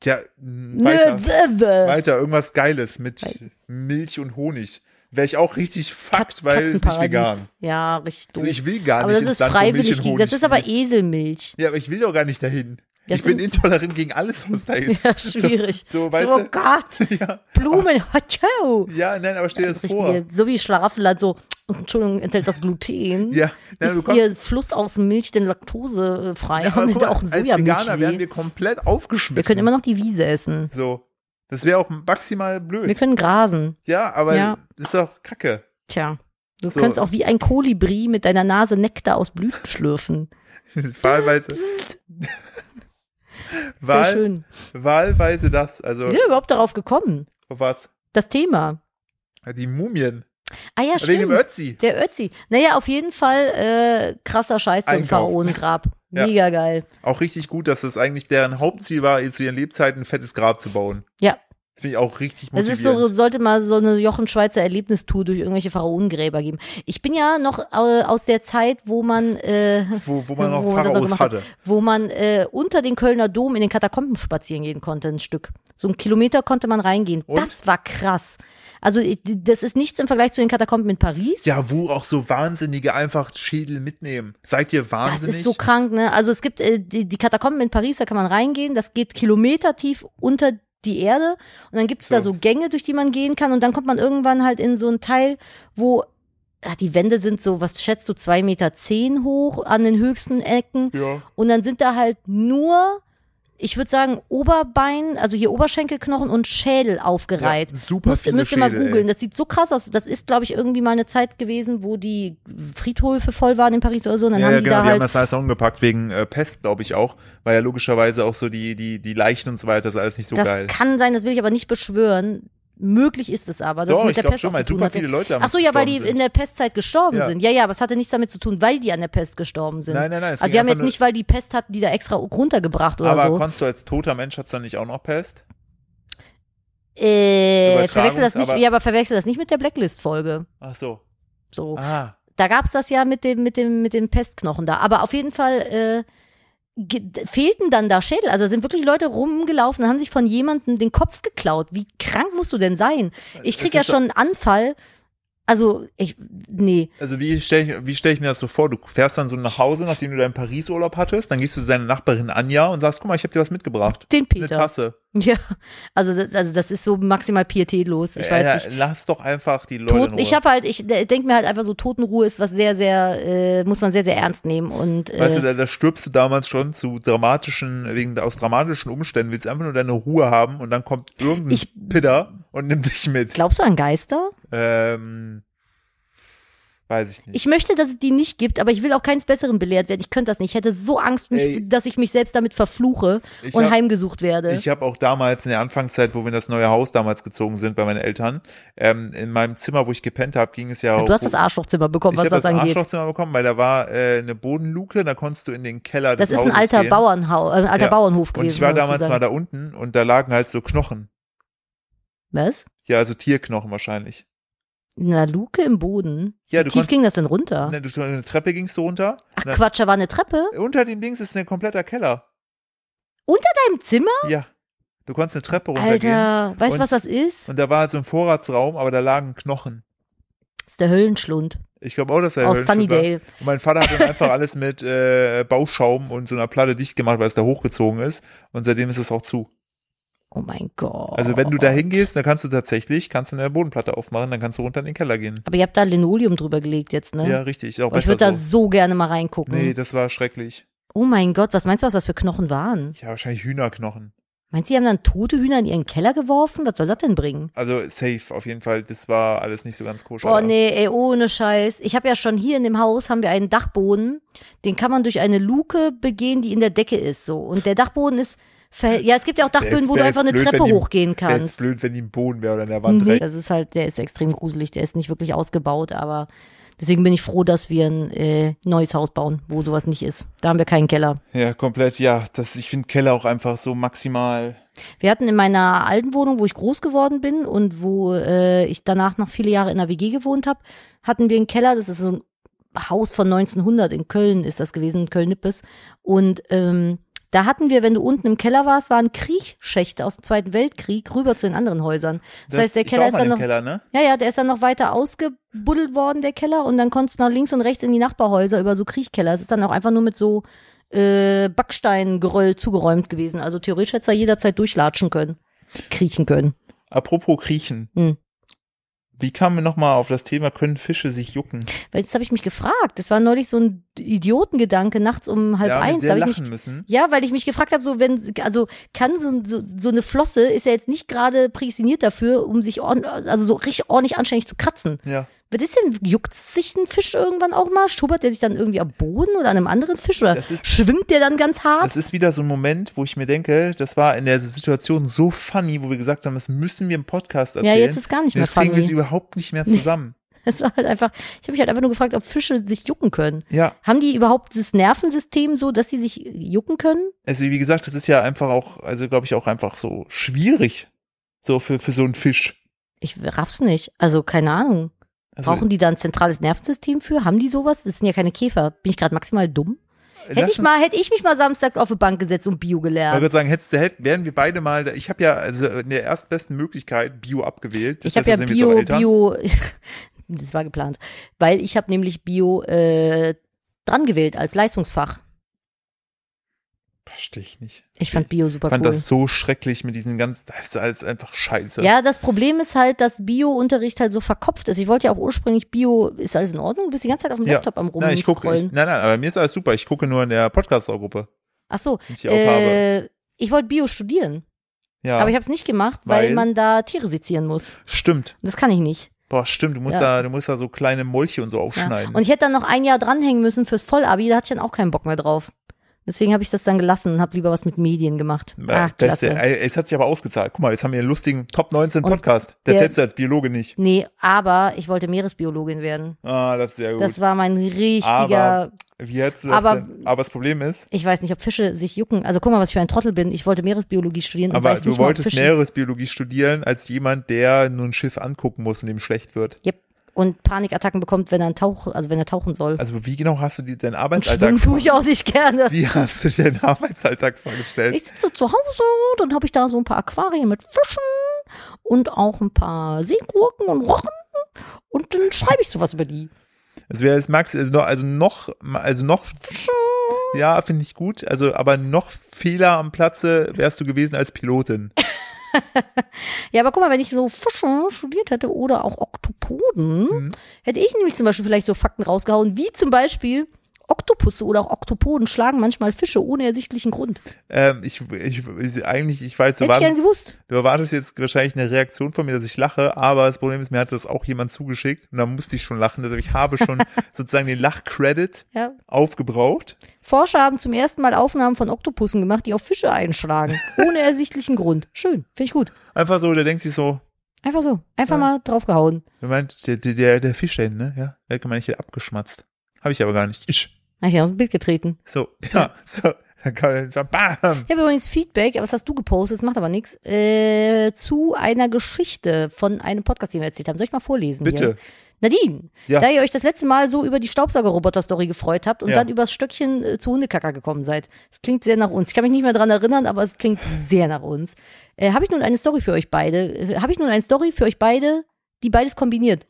Speaker 1: tja, mh,
Speaker 2: Nö,
Speaker 1: weiter,
Speaker 2: wö, wö.
Speaker 1: weiter, irgendwas Geiles mit Milch und Honig. Wäre ich auch richtig fucked, weil es nicht
Speaker 2: Katzenparadies.
Speaker 1: vegan.
Speaker 2: Ja, richtig doof.
Speaker 1: Also ich will gar
Speaker 2: aber
Speaker 1: nicht
Speaker 2: das ist
Speaker 1: ins Land, wo Milch
Speaker 2: freiwillig.
Speaker 1: und
Speaker 2: gegen-
Speaker 1: Honig
Speaker 2: Das ist aber
Speaker 1: fließt.
Speaker 2: Eselmilch.
Speaker 1: Ja, aber ich will doch gar nicht dahin.
Speaker 2: Das
Speaker 1: ich bin
Speaker 2: sind-
Speaker 1: intolerant gegen alles, was da ist.
Speaker 2: Ja, schwierig.
Speaker 1: So,
Speaker 2: So,
Speaker 1: so weißt
Speaker 2: oh
Speaker 1: du?
Speaker 2: Gott,
Speaker 1: Ja,
Speaker 2: Blumen, oh, ciao.
Speaker 1: ja, nein, aber stell dir das vor.
Speaker 2: Richtige, so wie Schlaraffenland, so, Entschuldigung, enthält das Gluten?
Speaker 1: Ja, nein, du
Speaker 2: ist
Speaker 1: kommst,
Speaker 2: ihr Fluss aus Milch denn laktosefrei?
Speaker 1: ja, aber
Speaker 2: Haben sie
Speaker 1: guck
Speaker 2: da
Speaker 1: mal,
Speaker 2: auch einen
Speaker 1: als Veganer werden
Speaker 2: Sojamilchsee?
Speaker 1: wir komplett
Speaker 2: Wir können
Speaker 1: aufgeschmissen.
Speaker 2: immer noch die Wiese essen.
Speaker 1: so, das wäre auch maximal
Speaker 2: Wir
Speaker 1: blöd.
Speaker 2: können grasen.
Speaker 1: Ja, aber
Speaker 2: Ja.
Speaker 1: das ist doch Kacke.
Speaker 2: Tja, du
Speaker 1: So.
Speaker 2: kannst auch wie ein Kolibri mit deiner Nase Nektar aus Blüten schlürfen.
Speaker 1: wahlweise,
Speaker 2: Das wäre
Speaker 1: wahl,
Speaker 2: schön.
Speaker 1: wahlweise das, also
Speaker 2: Wie sind wir überhaupt darauf gekommen?
Speaker 1: auf was?
Speaker 2: Das Thema.
Speaker 1: Die Mumien.
Speaker 2: Ah ja,
Speaker 1: Wegen dem
Speaker 2: stimmt.
Speaker 1: Ötzi.
Speaker 2: Der Ötzi. Naja, auf jeden Fall äh, krasser Scheiß zum
Speaker 1: Einkauf.
Speaker 2: Pharaonengrab.
Speaker 1: Ja.
Speaker 2: Mega geil.
Speaker 1: Auch richtig gut, dass das eigentlich deren Hauptziel war, zu ihren Lebzeiten ein fettes Grab zu bauen.
Speaker 2: Ja,
Speaker 1: Finde ich auch richtig
Speaker 2: Es
Speaker 1: motivierend.
Speaker 2: ist so, sollte mal so eine Jochen Schweizer Erlebnistour durch irgendwelche Pharaonengräber geben. Ich bin ja noch äh, aus der Zeit, wo man, äh,
Speaker 1: wo, wo man noch
Speaker 2: man das
Speaker 1: Pharaos
Speaker 2: gemacht
Speaker 1: hatte.
Speaker 2: Hat, wo man äh, unter den Kölner Dom in den Katakomben spazieren gehen konnte, ein Stück. So einen Kilometer konnte man reingehen.
Speaker 1: Und?
Speaker 2: Das war krass. Also ich- das ist nichts im Vergleich zu den Katakomben in Paris.
Speaker 1: Ja, wo auch so wahnsinnige einfach Schädel mitnehmen. Seid ihr
Speaker 2: Das
Speaker 1: wahnsinnig?
Speaker 2: ist so krank, ne? Also es gibt äh, die, die Katakomben in Paris, da kann man reingehen, das geht kilometertief unter die Erde und dann gibt es da
Speaker 1: So.
Speaker 2: so Gänge, durch die man gehen kann und dann kommt man irgendwann halt in so einen Teil, wo ah, die Wände sind so, was schätzt du, zwei Meter zehn hoch an den höchsten Ecken
Speaker 1: ja.
Speaker 2: und dann sind da halt nur, ich würde sagen, Oberbein, also hier Oberschenkelknochen und Schädel aufgereiht.
Speaker 1: Ja, super
Speaker 2: Müsst,
Speaker 1: viele
Speaker 2: müsst ihr mal
Speaker 1: Schädel,
Speaker 2: googeln. ne?
Speaker 1: ey.
Speaker 2: Das sieht so krass aus. Das ist, glaube ich, irgendwie mal eine Zeit gewesen, wo die Friedhöfe voll waren in Paris oder so. Und dann
Speaker 1: Ja,
Speaker 2: haben
Speaker 1: ja,
Speaker 2: die
Speaker 1: genau,
Speaker 2: da
Speaker 1: die haben
Speaker 2: halt
Speaker 1: das alles umgepackt wegen äh, Pest, glaube ich auch, weil ja logischerweise auch so die, die, die Leichen und so weiter, das ist alles nicht so
Speaker 2: das
Speaker 1: geil.
Speaker 2: kann sein, das will ich aber nicht beschwören. Möglich ist es aber. dass
Speaker 1: Doch,
Speaker 2: es mit
Speaker 1: ich
Speaker 2: der
Speaker 1: glaub
Speaker 2: Pest
Speaker 1: schon,
Speaker 2: auch
Speaker 1: weil
Speaker 2: zu tun
Speaker 1: super
Speaker 2: hatte.
Speaker 1: viele Leute am
Speaker 2: Ach so, ja, weil die
Speaker 1: gestorben sind.
Speaker 2: in der Pestzeit gestorben
Speaker 1: Ja.
Speaker 2: sind. Ja, ja, aber es hatte nichts damit zu tun, weil die an der Pest gestorben sind.
Speaker 1: Nein, nein, nein, es
Speaker 2: Also
Speaker 1: ging
Speaker 2: die haben
Speaker 1: einfach
Speaker 2: jetzt
Speaker 1: nur-
Speaker 2: nicht, weil die Pest hatten, die da extra runtergebracht oder
Speaker 1: Aber
Speaker 2: so.
Speaker 1: konntest du als toter Mensch, hat's dann nicht auch noch Pest?
Speaker 2: Äh,
Speaker 1: Übertragungs-
Speaker 2: verwechsel das nicht,
Speaker 1: aber-
Speaker 2: ja, aber verwechsel das nicht mit der Blacklist-Folge.
Speaker 1: Ach so.
Speaker 2: So.
Speaker 1: Ah.
Speaker 2: Da gab's das ja mit dem, mit dem, mit dem Pestknochen da. Aber auf jeden Fall, äh, ge- d- fehlten dann da Schädel. Also da sind wirklich Leute rumgelaufen und haben sich von jemandem den Kopf geklaut. Wie krank musst du denn sein? Ich krieg
Speaker 1: Es
Speaker 2: ja
Speaker 1: ist
Speaker 2: schon einen Anfall. Also, ich, nee.
Speaker 1: Also wie stelle ich, wie stell ich mir das so vor? Du fährst dann so nach Hause, nachdem du deinen Paris-Urlaub hattest, dann gehst du zu deiner Nachbarin Anja und sagst, guck mal, ich habe dir was mitgebracht.
Speaker 2: Den
Speaker 1: Eine
Speaker 2: Peter.
Speaker 1: Tasse.
Speaker 2: Ja. Also, das, also, das ist so maximal pietätlos. Ich weiß
Speaker 1: Äh,
Speaker 2: nicht.
Speaker 1: Lass doch einfach die Leute in
Speaker 2: Toten,
Speaker 1: Ruhe.
Speaker 2: ich habe halt, ich denke mir halt einfach so, Totenruhe ist was sehr, sehr, äh, muss man sehr, sehr ernst nehmen. Und, äh,
Speaker 1: Weißt du, da, da stirbst du damals schon zu dramatischen, wegen aus dramatischen Umständen, willst einfach nur deine Ruhe haben und dann kommt irgendein
Speaker 2: Ich-
Speaker 1: Pidder und nimmt dich mit.
Speaker 2: glaubst du an Geister?
Speaker 1: Ähm, weiß ich nicht.
Speaker 2: Ich möchte, dass es die nicht gibt, aber ich will auch keines Besseren belehrt werden. Ich könnte das nicht. Ich hätte so Angst, mich,
Speaker 1: Ey.
Speaker 2: dass ich mich selbst damit verfluche
Speaker 1: Ich
Speaker 2: und
Speaker 1: hab-
Speaker 2: heimgesucht werde.
Speaker 1: Ich habe auch damals in der Anfangszeit, wo wir in das neue Haus damals gezogen sind bei meinen Eltern, ähm, in meinem Zimmer, wo ich gepennt habe, ging es ja auch.
Speaker 2: du hast das Arschlochzimmer bekommen,
Speaker 1: ich
Speaker 2: was
Speaker 1: hab
Speaker 2: das,
Speaker 1: das
Speaker 2: angeht.
Speaker 1: Arschlochzimmer bekommen, weil da war äh, eine Bodenluke, da konntest du in den Keller des
Speaker 2: Das ist ein
Speaker 1: Hauses
Speaker 2: alter
Speaker 1: gehen.
Speaker 2: Bauernhau, äh, ein alter
Speaker 1: Ja.
Speaker 2: Bauernhof
Speaker 1: Und
Speaker 2: gewesen.
Speaker 1: ich war
Speaker 2: um zu
Speaker 1: damals
Speaker 2: sagen.
Speaker 1: mal da unten und da lagen halt so Knochen.
Speaker 2: Was?
Speaker 1: Ja, also Tierknochen wahrscheinlich.
Speaker 2: In einer Luke im Boden.
Speaker 1: Ja,
Speaker 2: Wie
Speaker 1: du
Speaker 2: tief
Speaker 1: konntest-
Speaker 2: ging das denn runter?
Speaker 1: Ne, du, eine Treppe gingst du runter.
Speaker 2: Ach
Speaker 1: ne,
Speaker 2: Quatsch, da war eine Treppe
Speaker 1: unter dem Dings ist ein kompletter Keller.
Speaker 2: im Zimmer?
Speaker 1: Ja. Du konntest eine Treppe runtergehen.
Speaker 2: Alter, weißt du,
Speaker 1: Und-
Speaker 2: was das ist?
Speaker 1: Und da war halt so ein Vorratsraum, aber da lagen Knochen.
Speaker 2: Das ist der Höllenschlund
Speaker 1: Ich glaube auch, dass er
Speaker 2: aus Sunnydale.
Speaker 1: Und mein Vater hat dann einfach alles mit äh, Bauschaum und so einer Platte dicht gemacht, weil es da hochgezogen ist. Und seitdem ist es auch zu.
Speaker 2: Oh mein Oh Gott.
Speaker 1: Also wenn du da hingehst, dann kannst du tatsächlich, kannst du eine Bodenplatte aufmachen, dann kannst du runter in den Keller gehen.
Speaker 2: Aber ihr habt da Linoleum drüber gelegt jetzt, ne?
Speaker 1: Ja, richtig. Ist auch
Speaker 2: Boah, ich
Speaker 1: besser
Speaker 2: würde da
Speaker 1: so.
Speaker 2: so gerne mal reingucken.
Speaker 1: Nee, das war schrecklich.
Speaker 2: Oh mein Gott, was meinst du, was das für Knochen waren?
Speaker 1: Ja, wahrscheinlich Hühnerknochen.
Speaker 2: Meinst du, die haben dann tote Hühner in ihren Keller geworfen? Was soll das denn bringen?
Speaker 1: Also safe auf jeden Fall. Das war alles nicht so ganz koscher.
Speaker 2: Boah, nee, ey, ohne Scheiß. Ich habe ja schon hier in dem Haus haben wir einen Dachboden, den kann man durch eine Luke begehen, die in der Decke ist so und der Dachboden ist verhält- ja, es gibt ja auch
Speaker 1: Wär jetzt-
Speaker 2: Dachböden, wo
Speaker 1: wär
Speaker 2: du
Speaker 1: jetzt
Speaker 2: einfach eine
Speaker 1: blöd,
Speaker 2: Treppe
Speaker 1: wenn die-
Speaker 2: hochgehen
Speaker 1: Wäre jetzt
Speaker 2: kannst.
Speaker 1: blöd, wenn die im Boden wäre oder in der Wand
Speaker 2: Nee,
Speaker 1: direkt.
Speaker 2: das ist halt, der ist extrem gruselig, der ist nicht wirklich ausgebaut, aber deswegen bin ich froh, dass wir ein äh, neues Haus bauen, wo sowas nicht ist. Da haben wir keinen Keller.
Speaker 1: Ja, komplett, ja. Das, ich finde Keller auch einfach so maximal.
Speaker 2: Wir hatten in meiner alten Wohnung, wo ich groß geworden bin und wo äh, ich danach noch viele Jahre in einer WG gewohnt habe, hatten wir einen Keller. Das ist so ein Haus von 1900 in Köln ist das gewesen, in Köln-Nippes. Und ähm, da hatten wir, wenn du unten im Keller warst, waren Kriechschächte aus dem Zweiten Weltkrieg rüber zu den anderen Häusern. Das, heißt, der
Speaker 1: ich war
Speaker 2: Keller
Speaker 1: auch
Speaker 2: ist
Speaker 1: mal
Speaker 2: dann
Speaker 1: im
Speaker 2: noch
Speaker 1: Keller, ne?
Speaker 2: ja, ja, der ist dann noch weiter ausgebuddelt worden, der Keller, und dann konntest du nach links und rechts in die Nachbarhäuser über so Kriechkeller. Es ist dann auch einfach nur mit so äh, Backsteingeröll zugeräumt gewesen. Also theoretisch hättest du da jederzeit durchlatschen können, kriechen können.
Speaker 1: Apropos Kriechen.
Speaker 2: Hm.
Speaker 1: Wie kamen wir nochmal auf das Thema, können Fische sich jucken?
Speaker 2: Weil jetzt habe ich mich gefragt, es war neulich so ein Idiotengedanke nachts um halb
Speaker 1: ja,
Speaker 2: eins.
Speaker 1: sehr
Speaker 2: Da hab ich
Speaker 1: lachen
Speaker 2: mich,
Speaker 1: müssen.
Speaker 2: ja, weil ich mich gefragt habe, so wenn, also kann so, so, so eine Flosse, ist ja jetzt nicht gerade prädestiniert dafür, um sich ordn- also so richtig ordentlich anständig zu kratzen.
Speaker 1: Ja.
Speaker 2: Was ist denn, juckt sich ein Fisch irgendwann auch mal? Schubbert der sich dann irgendwie am Boden oder an einem anderen Fisch? Oder
Speaker 1: Das ist-
Speaker 2: schwimmt der dann ganz hart?
Speaker 1: Das ist wieder so ein Moment, wo ich mir denke, das war in der Situation so funny, wo wir gesagt haben, das müssen wir im Podcast
Speaker 2: Ja,
Speaker 1: erzählen.
Speaker 2: jetzt ist gar nicht mehr
Speaker 1: Jetzt kriegen wir
Speaker 2: funny.
Speaker 1: sie überhaupt nicht mehr zusammen.
Speaker 2: Es war halt einfach, ich habe mich halt einfach nur gefragt, ob Fische sich jucken können.
Speaker 1: Ja,
Speaker 2: Haben die überhaupt das Nervensystem so, dass sie sich jucken können?
Speaker 1: also wie gesagt, das ist ja einfach auch, also glaube ich auch einfach so schwierig. So für, für so einen Fisch.
Speaker 2: Ich raff's nicht. Also keine Ahnung.
Speaker 1: Also,
Speaker 2: Brauchen die da ein zentrales Nervensystem für? Haben die sowas? Das sind ja keine Käfer. Bin ich gerade maximal dumm? Hätte
Speaker 1: lass
Speaker 2: ich, mal, hätte ich mich mal samstags auf die Bank gesetzt und Bio
Speaker 1: Ich wollte
Speaker 2: gelernt.
Speaker 1: gerade sagen, hättest, du- hätten, wären wir beide mal, da- ich habe ja also in der erstbesten Möglichkeit Bio abgewählt.
Speaker 2: Ich habe ja
Speaker 1: Deshalb sind wir jetzt auch
Speaker 2: Bio,
Speaker 1: Eltern.
Speaker 2: Bio, das war geplant. Weil ich habe nämlich Bio äh, dran gewählt als Leistungsfach.
Speaker 1: Verstehe ich nicht.
Speaker 2: Ich fand Bio super
Speaker 1: Ich fand
Speaker 2: cool.
Speaker 1: das so schrecklich mit diesen ganzen, das ist alles einfach scheiße.
Speaker 2: Ja, das Problem ist halt, dass Bio-Unterricht halt so verkopft ist. Ich wollte ja auch ursprünglich Bio, ist alles in Ordnung? Du bist die ganze Zeit auf dem
Speaker 1: Ja.
Speaker 2: Laptop am
Speaker 1: nein, ich gucke, ich,
Speaker 2: rumscrollen.
Speaker 1: nein, nein, aber mir ist alles super. Ich gucke nur in der Podcast-Gruppe,
Speaker 2: Ach so,
Speaker 1: die ich auch habe.
Speaker 2: äh, ich wollte Bio studieren,
Speaker 1: Ja,
Speaker 2: aber ich habe es nicht gemacht, weil,
Speaker 1: Weil?
Speaker 2: man da Tiere sezieren muss.
Speaker 1: stimmt.
Speaker 2: Das kann ich nicht.
Speaker 1: Boah, stimmt. Du musst
Speaker 2: Ja.
Speaker 1: da, du musst da so kleine Molche und so
Speaker 2: Ja.
Speaker 1: aufschneiden.
Speaker 2: Und ich hätte dann noch ein Jahr dranhängen müssen fürs Vollabi, da hatte ich dann auch keinen Bock mehr drauf. Deswegen habe ich das dann gelassen und habe lieber was mit Medien gemacht.
Speaker 1: Ja,
Speaker 2: Ach,
Speaker 1: das,
Speaker 2: Ah, klasse.
Speaker 1: äh, es hat sich aber ausgezahlt. Guck mal, jetzt haben wir einen lustigen Top 19
Speaker 2: Und
Speaker 1: Podcast. Das
Speaker 2: der-
Speaker 1: hättest du als Biologe nicht.
Speaker 2: Nee, aber ich wollte Meeresbiologin werden.
Speaker 1: Ah, das ist sehr gut.
Speaker 2: Das war mein richtiger,
Speaker 1: Aber- Wie hättest du das
Speaker 2: Aber-
Speaker 1: denn? aber das Problem ist,
Speaker 2: ich weiß nicht, ob Fische sich jucken. Also guck mal, was ich für ein Trottel bin. Ich wollte Meeresbiologie studieren und
Speaker 1: Aber
Speaker 2: weiß
Speaker 1: du
Speaker 2: nicht mal, ob
Speaker 1: wolltest
Speaker 2: Fische-
Speaker 1: Meeresbiologie studieren als jemand, der nur ein Schiff angucken muss und dem schlecht wird.
Speaker 2: Yep. Und Panikattacken bekommt, wenn er tauch, also wenn er tauchen soll.
Speaker 1: Also wie genau hast du dir deinen
Speaker 2: und
Speaker 1: Arbeitsalltag
Speaker 2: schwimmen tue ich auch nicht gerne.
Speaker 1: Wie hast du dir deinen Arbeitsalltag vorgestellt?
Speaker 2: Ich sitze zu Hause, dann habe ich da so ein paar Aquarien mit Fischen und auch ein paar Seegurken und Rochen. Und dann schreibe ich sowas über die.
Speaker 1: Also wäre es Max, also noch, also noch, also noch, ja, finde ich gut. Also, aber noch Fehler am Platze wärst du gewesen als Pilotin.
Speaker 2: Ja, aber guck mal, wenn ich so Fische studiert hätte oder auch Oktopoden,
Speaker 1: Mhm.
Speaker 2: hätte ich nämlich zum Beispiel vielleicht so Fakten rausgehauen, wie zum Beispiel Oktopusse oder auch Oktopoden schlagen manchmal Fische ohne ersichtlichen Grund.
Speaker 1: Ähm, ich, ich, ich, eigentlich, ich weiß, du
Speaker 2: Hätte ich gern
Speaker 1: wartest,
Speaker 2: gewusst.
Speaker 1: du erwartest jetzt wahrscheinlich eine Reaktion von mir, dass ich lache, aber das Problem ist, mir hat das auch jemand zugeschickt und da musste ich schon lachen. Also ich habe schon sozusagen den Lachcredit
Speaker 2: Ja.
Speaker 1: aufgebraucht.
Speaker 2: Forscher haben zum ersten Mal Aufnahmen von Oktopussen gemacht, die auf Fische einschlagen. Ohne ersichtlichen Grund. Schön. Finde ich gut.
Speaker 1: Einfach so, der denkt sich so,
Speaker 2: Einfach so. Einfach
Speaker 1: Ja.
Speaker 2: mal draufgehauen.
Speaker 1: der meint, der, der- der, der Fisch da hinten, ne? Ja, der kann man nicht abgeschmatzt. Habe ich aber gar nicht. Isch.
Speaker 2: Hab ich auf ein Bild getreten.
Speaker 1: So, ja, so. Dann kann man, bam.
Speaker 2: Ich habe übrigens Feedback, aber das hast du gepostet, das macht aber nichts, äh, zu einer Geschichte von einem Podcast, den wir erzählt haben. Soll ich mal vorlesen? Hier?
Speaker 1: Bitte.
Speaker 2: Nadine,
Speaker 1: Ja.
Speaker 2: da ihr euch das letzte Mal so über die Staubsaugerroboter-Story gefreut habt und
Speaker 1: Ja.
Speaker 2: dann übers Stöckchen äh, zu Hundekacker gekommen seid. Es klingt sehr nach uns. Ich kann mich nicht mehr dran erinnern, aber es klingt sehr nach uns. Äh, habe ich nun eine Story für euch beide? Äh, Habe ich nun eine Story für euch beide, die beides kombiniert?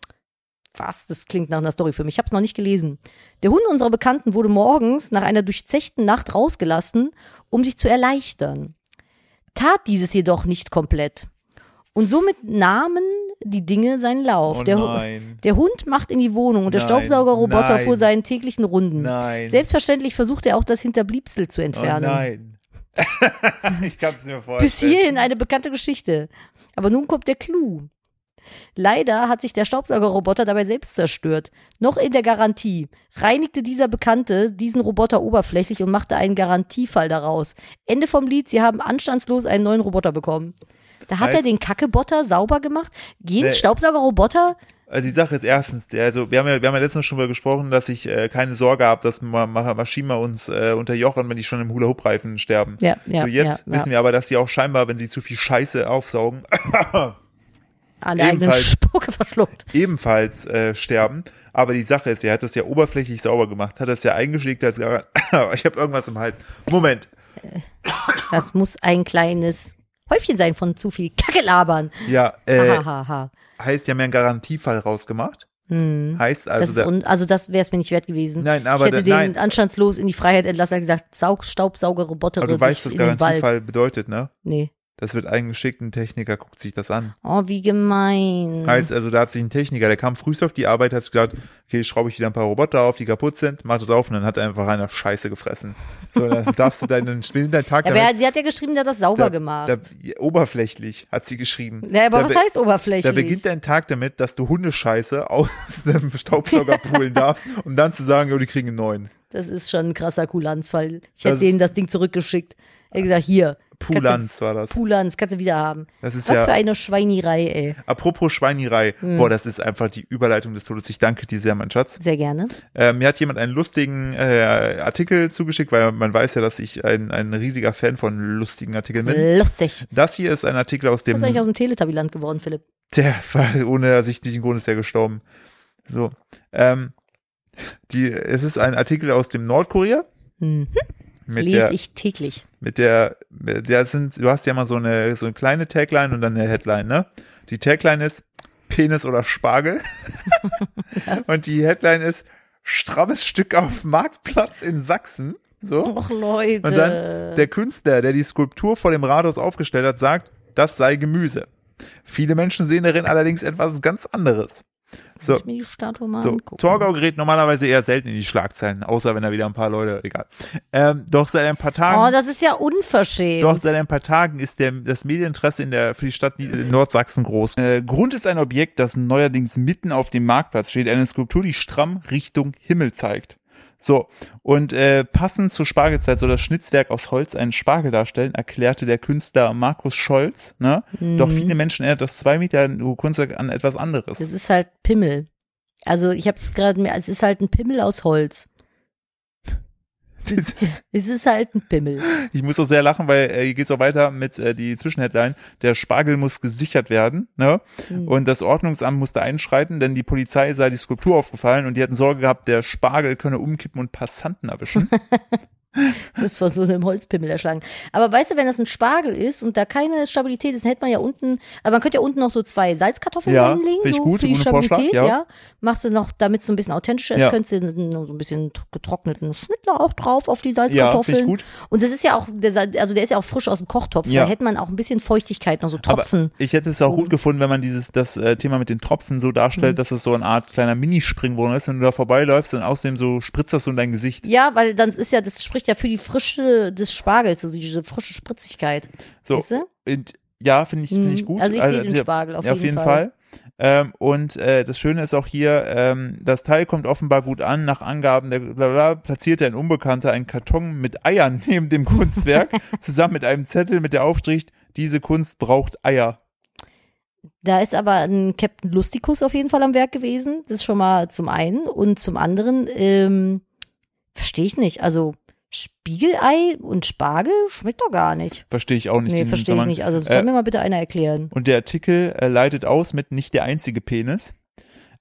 Speaker 2: Was? Das klingt nach einer Story für mich. Ich habe es noch nicht gelesen. Der Hund unserer Bekannten wurde morgens nach einer durchzechten Nacht rausgelassen, um sich zu erleichtern. Tat dieses jedoch nicht komplett. Und somit nahmen die Dinge seinen Lauf.
Speaker 1: Oh
Speaker 2: Der Hu-
Speaker 1: nein.
Speaker 2: der Hund macht in die Wohnung und der
Speaker 1: Nein,
Speaker 2: Staubsaugerroboter
Speaker 1: nein.
Speaker 2: fuhr seinen täglichen Runden.
Speaker 1: Nein.
Speaker 2: Selbstverständlich versucht er auch das Hinterbliebsel zu
Speaker 1: oh
Speaker 2: entfernen.
Speaker 1: nein. ich kann es mir vorstellen.
Speaker 2: Bis hierhin eine bekannte Geschichte. Aber nun kommt der Clou. Leider hat sich der Staubsaugerroboter dabei selbst zerstört. Noch in der Garantie reinigte dieser Bekannte diesen Roboter oberflächlich und machte einen Garantiefall daraus. Ende vom Lied, sie haben anstandslos einen neuen Roboter bekommen. Da hat
Speaker 1: Heißt-
Speaker 2: er den Kackebotter sauber gemacht. Gehen
Speaker 1: Nee.
Speaker 2: Staubsaugerroboter?
Speaker 1: Also die Sache ist erstens, der, also wir haben ja, wir haben ja letztens schon darüber gesprochen, dass ich äh, keine Sorge habe, dass Ma- Ma- Maschima uns äh, unterjochen, wenn die schon im Hula-Hoop-Reifen sterben.
Speaker 2: Ja, ja,
Speaker 1: so jetzt
Speaker 2: ja, ja.
Speaker 1: wissen wir aber, dass die auch scheinbar, wenn sie zu viel Scheiße aufsaugen,
Speaker 2: An der eigenen
Speaker 1: Ebenfalls.
Speaker 2: Spucke verschluckt.
Speaker 1: ebenfalls äh, sterben. Aber die Sache ist, er hat das ja oberflächlich sauber gemacht, hat das ja eingeschickt als Garant. ich habe irgendwas im Hals. Moment.
Speaker 2: Das muss ein kleines Häufchen sein von zu viel Kacke labern.
Speaker 1: Ja, äh,
Speaker 2: Ha, ha, ha.
Speaker 1: heißt, die haben ja einen Garantiefall rausgemacht.
Speaker 2: Hm.
Speaker 1: Heißt
Speaker 2: Das
Speaker 1: also,
Speaker 2: ist
Speaker 1: da,
Speaker 2: un also das wäre es mir nicht wert gewesen.
Speaker 1: Nein, aber
Speaker 2: ich hätte
Speaker 1: da-
Speaker 2: den
Speaker 1: nein.
Speaker 2: anstandslos in die Freiheit entlassen und gesagt, Saug, Staubsauger, Roboter,
Speaker 1: aber du weißt, was
Speaker 2: in den Wald.
Speaker 1: Garantiefall bedeutet, ne?
Speaker 2: Nee.
Speaker 1: Das wird eingeschickt, ein Techniker guckt sich das an.
Speaker 2: Oh, wie gemein.
Speaker 1: Heißt also, da hat sich ein Techniker, der kam frühst auf die Arbeit, hat sich gedacht, okay, schraube ich wieder ein paar Roboter auf, die kaputt sind, mach das auf und dann hat er einfach einer Scheiße gefressen. So, dann darfst du deinen, spielen deinen Tag
Speaker 2: ja, aber
Speaker 1: damit-
Speaker 2: er- sie hat ja geschrieben, der hat das sauber
Speaker 1: da,
Speaker 2: gemacht.
Speaker 1: Da, oberflächlich hat sie geschrieben.
Speaker 2: ja, aber
Speaker 1: da
Speaker 2: was
Speaker 1: be-
Speaker 2: heißt oberflächlich?
Speaker 1: Da beginnt dein Tag damit, dass du Hundescheiße aus dem Staubsauger poolen darfst, um dann zu sagen, oh, die kriegen einen neuen.
Speaker 2: das ist schon ein krasser Kulanzfall. Ich
Speaker 1: Das
Speaker 2: hätte
Speaker 1: ist-
Speaker 2: denen das Ding zurückgeschickt. Er hat gesagt, hier,
Speaker 1: Pulanz war das.
Speaker 2: Pulanz, kannst du wieder haben.
Speaker 1: Das ist
Speaker 2: Was
Speaker 1: ja,
Speaker 2: für eine Schweinerei, ey.
Speaker 1: apropos Schweinerei.
Speaker 2: Hm.
Speaker 1: Boah, das ist einfach die Überleitung des Todes. Ich danke dir sehr, mein Schatz.
Speaker 2: Sehr gerne.
Speaker 1: Äh, mir hat jemand einen lustigen äh, Artikel zugeschickt, weil man weiß ja, dass ich ein, ein riesiger Fan von lustigen Artikeln bin.
Speaker 2: Lustig.
Speaker 1: Das hier ist ein Artikel aus
Speaker 2: Was
Speaker 1: dem
Speaker 2: ist eigentlich aus dem Teletubbyland geworden, Philipp?
Speaker 1: Der war ohne ersichtlichen Grund ist er gestorben. So. Ähm, die, es ist ein Artikel aus dem Nordkurier.
Speaker 2: Hm.
Speaker 1: Mit
Speaker 2: Lese
Speaker 1: der,
Speaker 2: ich täglich.
Speaker 1: mit der, der sind, du hast ja mal so eine, so eine kleine Tagline und dann eine Headline, ne? Die Tagline ist Penis oder Spargel. und die Headline ist Strammes Stück auf Marktplatz in Sachsen. So.
Speaker 2: Och, Leute.
Speaker 1: Und dann der Künstler, der die Skulptur vor dem Rathaus aufgestellt hat, sagt, das sei Gemüse. Viele Menschen sehen darin allerdings etwas ganz anderes.
Speaker 2: so.
Speaker 1: So,
Speaker 2: Muss ich mir die Statue mal
Speaker 1: so
Speaker 2: angucken.
Speaker 1: Torgau gerät normalerweise eher selten in die Schlagzeilen, außer wenn er wieder ein paar Leute, egal. Ähm, doch seit ein paar
Speaker 2: Oh,
Speaker 1: Tagen,
Speaker 2: das ist ja unverschämt.
Speaker 1: doch seit ein paar Tagen ist der, das Medieninteresse in der, für die Stadt Nied- in Nordsachsen groß. Äh, Grund ist ein Objekt, das neuerdings mitten auf dem Marktplatz steht, eine Skulptur, die stramm Richtung Himmel zeigt. So, und äh, passend zur Spargelzeit soll das Schnitzwerk aus Holz einen Spargel darstellen, erklärte der Künstler Markus Scholz. Ne?
Speaker 2: Hm. Mhm.
Speaker 1: Doch viele Menschen erinnert das zwei Meter Kunstwerk an etwas anderes.
Speaker 2: Das ist halt Pimmel. Also ich habe es gerade mir, es ist halt ein Pimmel aus Holz. Es ist halt ein Pimmel.
Speaker 1: Ich muss auch sehr lachen, weil äh, hier geht's auch weiter mit äh, die Zwischenheadline. Der Spargel muss gesichert werden, ne?
Speaker 2: Hm.
Speaker 1: Und das Ordnungsamt musste einschreiten, denn die Polizei sei die Skulptur aufgefallen und die hatten Sorge gehabt, der Spargel könne umkippen und Passanten erwischen.
Speaker 2: Das von so einem Holzpimmel erschlagen. Aber weißt du, wenn das ein Spargel ist und da keine Stabilität ist, dann hätte man ja unten, aber man könnte ja unten noch so zwei Salzkartoffeln
Speaker 1: Ja,
Speaker 2: reinlegen,
Speaker 1: finde ich
Speaker 2: so
Speaker 1: gut,
Speaker 2: für die
Speaker 1: guten Vorschlag,
Speaker 2: Stabilität,
Speaker 1: ja.
Speaker 2: Machst du noch, damit es so ein bisschen authentischer ist,
Speaker 1: Ja.
Speaker 2: könntest du noch so ein bisschen getrockneten Schnittler auch drauf auf die
Speaker 1: ja,
Speaker 2: Salzkartoffeln.
Speaker 1: finde ich gut.
Speaker 2: Und das ist ja auch, der, Sa- also der ist ja auch frisch aus dem Kochtopf,
Speaker 1: Ja.
Speaker 2: da hätte man auch ein bisschen Feuchtigkeit noch so
Speaker 1: Aber
Speaker 2: Tropfen.
Speaker 1: ich hätte es auch gut gefunden, wenn man dieses das äh, Thema mit den Tropfen so darstellt, dass es so eine Art kleiner Minispringbrunnen ist. Wenn du da vorbeiläufst, dann außerdem so spritzt das so in dein Gesicht.
Speaker 2: ja, weil dann ist ja, das spricht ja für die Frische des Spargels, also diese frische Spritzigkeit.
Speaker 1: So,
Speaker 2: Weißt du?
Speaker 1: und, ja, finde ich, finde ich
Speaker 2: Mhm.
Speaker 1: gut.
Speaker 2: Also ich sehe den
Speaker 1: ja,
Speaker 2: Spargel auf
Speaker 1: Ja,
Speaker 2: jeden Fall.
Speaker 1: Ähm, und äh, das Schöne ist auch hier, ähm, das Teil kommt offenbar gut an. Nach Angaben der Blablabla platzierte ein Unbekannter einen Karton mit Eiern neben dem Kunstwerk, zusammen mit einem Zettel mit der Aufschrift, diese Kunst braucht Eier.
Speaker 2: Da ist aber ein Captain Lustikus auf jeden Fall am Werk gewesen. Das ist schon mal zum einen. Und zum anderen, ähm, verstehe ich nicht. Also Spiegelei und Spargel schmeckt doch gar nicht.
Speaker 1: Verstehe ich auch nicht.
Speaker 2: nee,
Speaker 1: den
Speaker 2: verstehe ich
Speaker 1: Zusammenhang.
Speaker 2: nicht. Also das
Speaker 1: Äh,
Speaker 2: soll mir mal bitte einer erklären.
Speaker 1: Und der Artikel äh, leitet aus mit nicht der einzige Penis.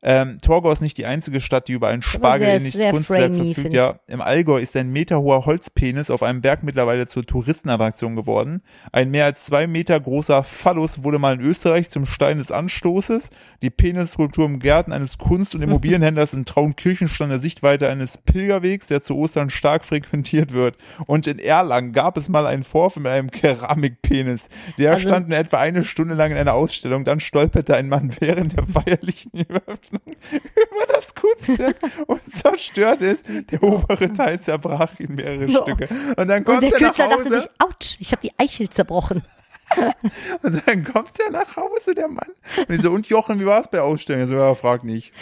Speaker 1: Ähm, Torgau ist nicht die einzige Stadt, die über einen
Speaker 2: sehr-
Speaker 1: spargelähnliches
Speaker 2: sehr
Speaker 1: Kunstwerk
Speaker 2: framey,
Speaker 1: verfügt.
Speaker 2: find
Speaker 1: Ja, im Allgäu ist ein meterhoher Holzpenis auf einem Berg mittlerweile zur Touristenattraktion geworden. Ein mehr als zwei Meter großer Phallus wurde mal in Österreich zum Stein des Anstoßes. Die Penisskulptur im Garten eines Kunst- und Immobilienhändlers in Traunkirchen stand in der Sichtweite eines Pilgerwegs, der zu Ostern stark frequentiert wird. Und in Erlangen gab es mal einen Vorfall mit einem Keramikpenis. Der
Speaker 2: Also-
Speaker 1: stand in etwa eine Stunde lang in einer Ausstellung. Dann stolperte ein Mann während der feierlichen Eröffnung über das Kunstwerk und zerstörte es. Der obere Teil zerbrach in mehrere
Speaker 2: Oh.
Speaker 1: Stücke. Und dann
Speaker 2: Und
Speaker 1: kommt
Speaker 2: der
Speaker 1: er nach
Speaker 2: Künstler
Speaker 1: Hause.
Speaker 2: dachte sich, ouch, ich habe die Eichel zerbrochen.
Speaker 1: Und dann kommt er nach Hause, der Mann. Und ich so, und Jochen, wie war es bei Ausstellung? Er so, ja, frag nicht.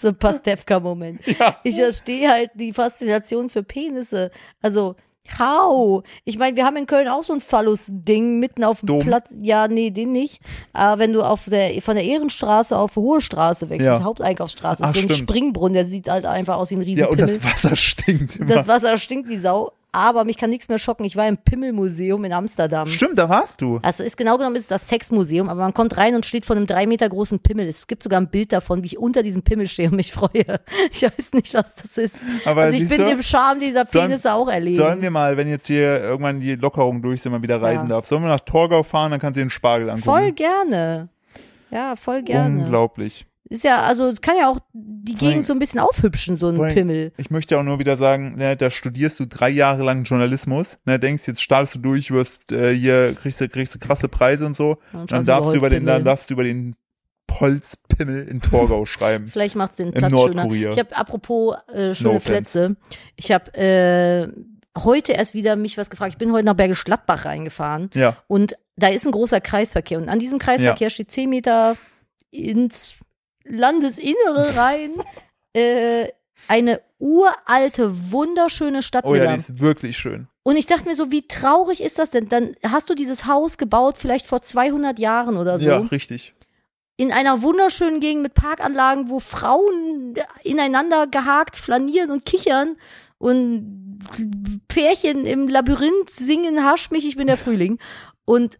Speaker 2: So ein Pastewka-Moment.
Speaker 1: Ja.
Speaker 2: Ich verstehe halt die Faszination für Penisse. Also, how? Ich meine, wir haben in Köln auch so ein Phallus-Ding mitten auf dem
Speaker 1: Dom.
Speaker 2: Platz. Ja, nee, den nicht. Aber wenn du auf der, von der Ehrenstraße auf Hohe Straße wechselst,
Speaker 1: Ja.
Speaker 2: Haupteinkaufsstraße,
Speaker 1: Ach,
Speaker 2: ist so ein
Speaker 1: stimmt.
Speaker 2: Springbrunnen, der sieht halt einfach aus wie ein riesen
Speaker 1: Ja, und
Speaker 2: Pimmel.
Speaker 1: das Wasser stinkt immer.
Speaker 2: Das Wasser stinkt wie Sau. Aber mich kann nichts mehr schocken. Ich war im Pimmelmuseum in Amsterdam.
Speaker 1: Stimmt, da warst du.
Speaker 2: Also ist genau genommen ist es das Sexmuseum, aber man kommt rein und steht vor einem drei Meter großen Pimmel. Es gibt sogar ein Bild davon, wie ich unter diesem Pimmel stehe und mich freue. Ich weiß nicht, was das ist.
Speaker 1: Aber
Speaker 2: also ich
Speaker 1: siehst
Speaker 2: bin
Speaker 1: du,
Speaker 2: dem Charme dieser
Speaker 1: sollen-
Speaker 2: Penisse auch erlegen.
Speaker 1: Sollen wir mal, wenn jetzt hier irgendwann die Lockerungen durch sind, mal wieder reisen
Speaker 2: Ja.
Speaker 1: darf, sollen wir nach Torgau fahren, dann kannst du den Spargel angucken.
Speaker 2: voll gerne. Ja, voll gerne.
Speaker 1: Unglaublich.
Speaker 2: Ist ja, also es kann ja auch die
Speaker 1: Vor allem-
Speaker 2: Gegend so ein bisschen aufhübschen, so ein
Speaker 1: Vor allem-
Speaker 2: Pimmel.
Speaker 1: Ich möchte auch nur wieder sagen, ne, da studierst du drei Jahre lang Journalismus, ne, denkst, jetzt startest du durch, wirst äh, hier, kriegst du, kriegst du krasse Preise und so.
Speaker 2: Dann
Speaker 1: Dann,
Speaker 2: schreibst du
Speaker 1: darfst du über den,
Speaker 2: Holzpimmel.
Speaker 1: dann darfst du über den Holzpimmel in Torgau schreiben.
Speaker 2: Vielleicht macht es den
Speaker 1: Im
Speaker 2: Platz schöner.
Speaker 1: Nordkurier.
Speaker 2: Ich habe apropos äh, schöne
Speaker 1: No offense.
Speaker 2: Plätze. Ich habe äh, heute erst wieder mich was gefragt. Ich bin heute nach Bergisch Gladbach reingefahren.
Speaker 1: Ja.
Speaker 2: Und da ist ein großer Kreisverkehr. Und an diesem Kreisverkehr steht 10 Meter ins Landesinnere rein äh, eine uralte, wunderschöne
Speaker 1: Oh
Speaker 2: Stadtvilla.
Speaker 1: ja, die Oh ist wirklich schön.
Speaker 2: Und ich dachte mir so, wie traurig ist das denn? Dann hast du dieses Haus gebaut, vielleicht vor 200 Jahren oder so.
Speaker 1: Ja, richtig.
Speaker 2: In einer wunderschönen Gegend mit Parkanlagen, wo Frauen ineinander gehakt flanieren und kichern und Pärchen im Labyrinth singen, hasch mich, ich bin der Frühling. Und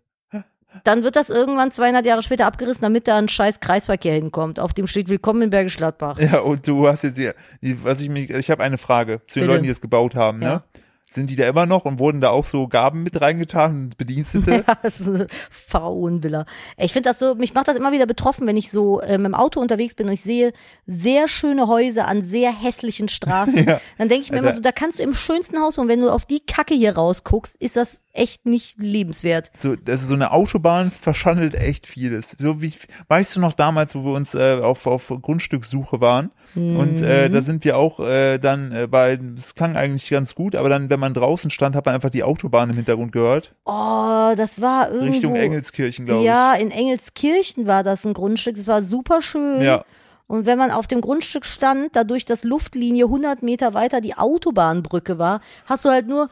Speaker 2: dann wird das irgendwann 200 Jahre später abgerissen, damit da ein scheiß Kreisverkehr hinkommt. Auf dem steht Willkommen in Bergisch Gladbach.
Speaker 1: Ja, und du hast jetzt, hier- die- was ich mich, ich habe eine Frage zu den
Speaker 2: Bitte.
Speaker 1: Leuten, die es gebaut haben, ne?
Speaker 2: Ja.
Speaker 1: Sind die da immer noch und wurden da auch so Gaben mit reingetan und Bedienstete?
Speaker 2: Ja, das ist eine Pharaonenvilla. Ich finde das so, mich macht das immer wieder betroffen, wenn ich so äh, mit dem Auto unterwegs bin und ich sehe sehr schöne Häuser an sehr hässlichen Straßen.
Speaker 1: Ja.
Speaker 2: Dann denke ich mir immer
Speaker 1: Alter.
Speaker 2: so, da kannst du im schönsten Haus wohnen. Wenn du auf die Kacke hier rausguckst, ist das echt nicht lebenswert.
Speaker 1: So, also so eine Autobahn verschandelt echt vieles. So wie, weißt du noch damals, wo wir uns äh, auf, auf Grundstückssuche waren? Und
Speaker 2: Mhm.
Speaker 1: äh, da sind wir auch äh, dann äh, bei, es klang eigentlich ganz gut, aber dann, wenn man draußen stand, hat man einfach die Autobahn im Hintergrund gehört.
Speaker 2: Oh, das war irgendwo.
Speaker 1: Richtung Engelskirchen, glaube ich.
Speaker 2: Ja, in Engelskirchen war das ein Grundstück. Das war super schön.
Speaker 1: Ja.
Speaker 2: Und wenn man auf dem Grundstück stand, dadurch, dass Luftlinie 100 Meter weiter die Autobahnbrücke war, hast du halt nur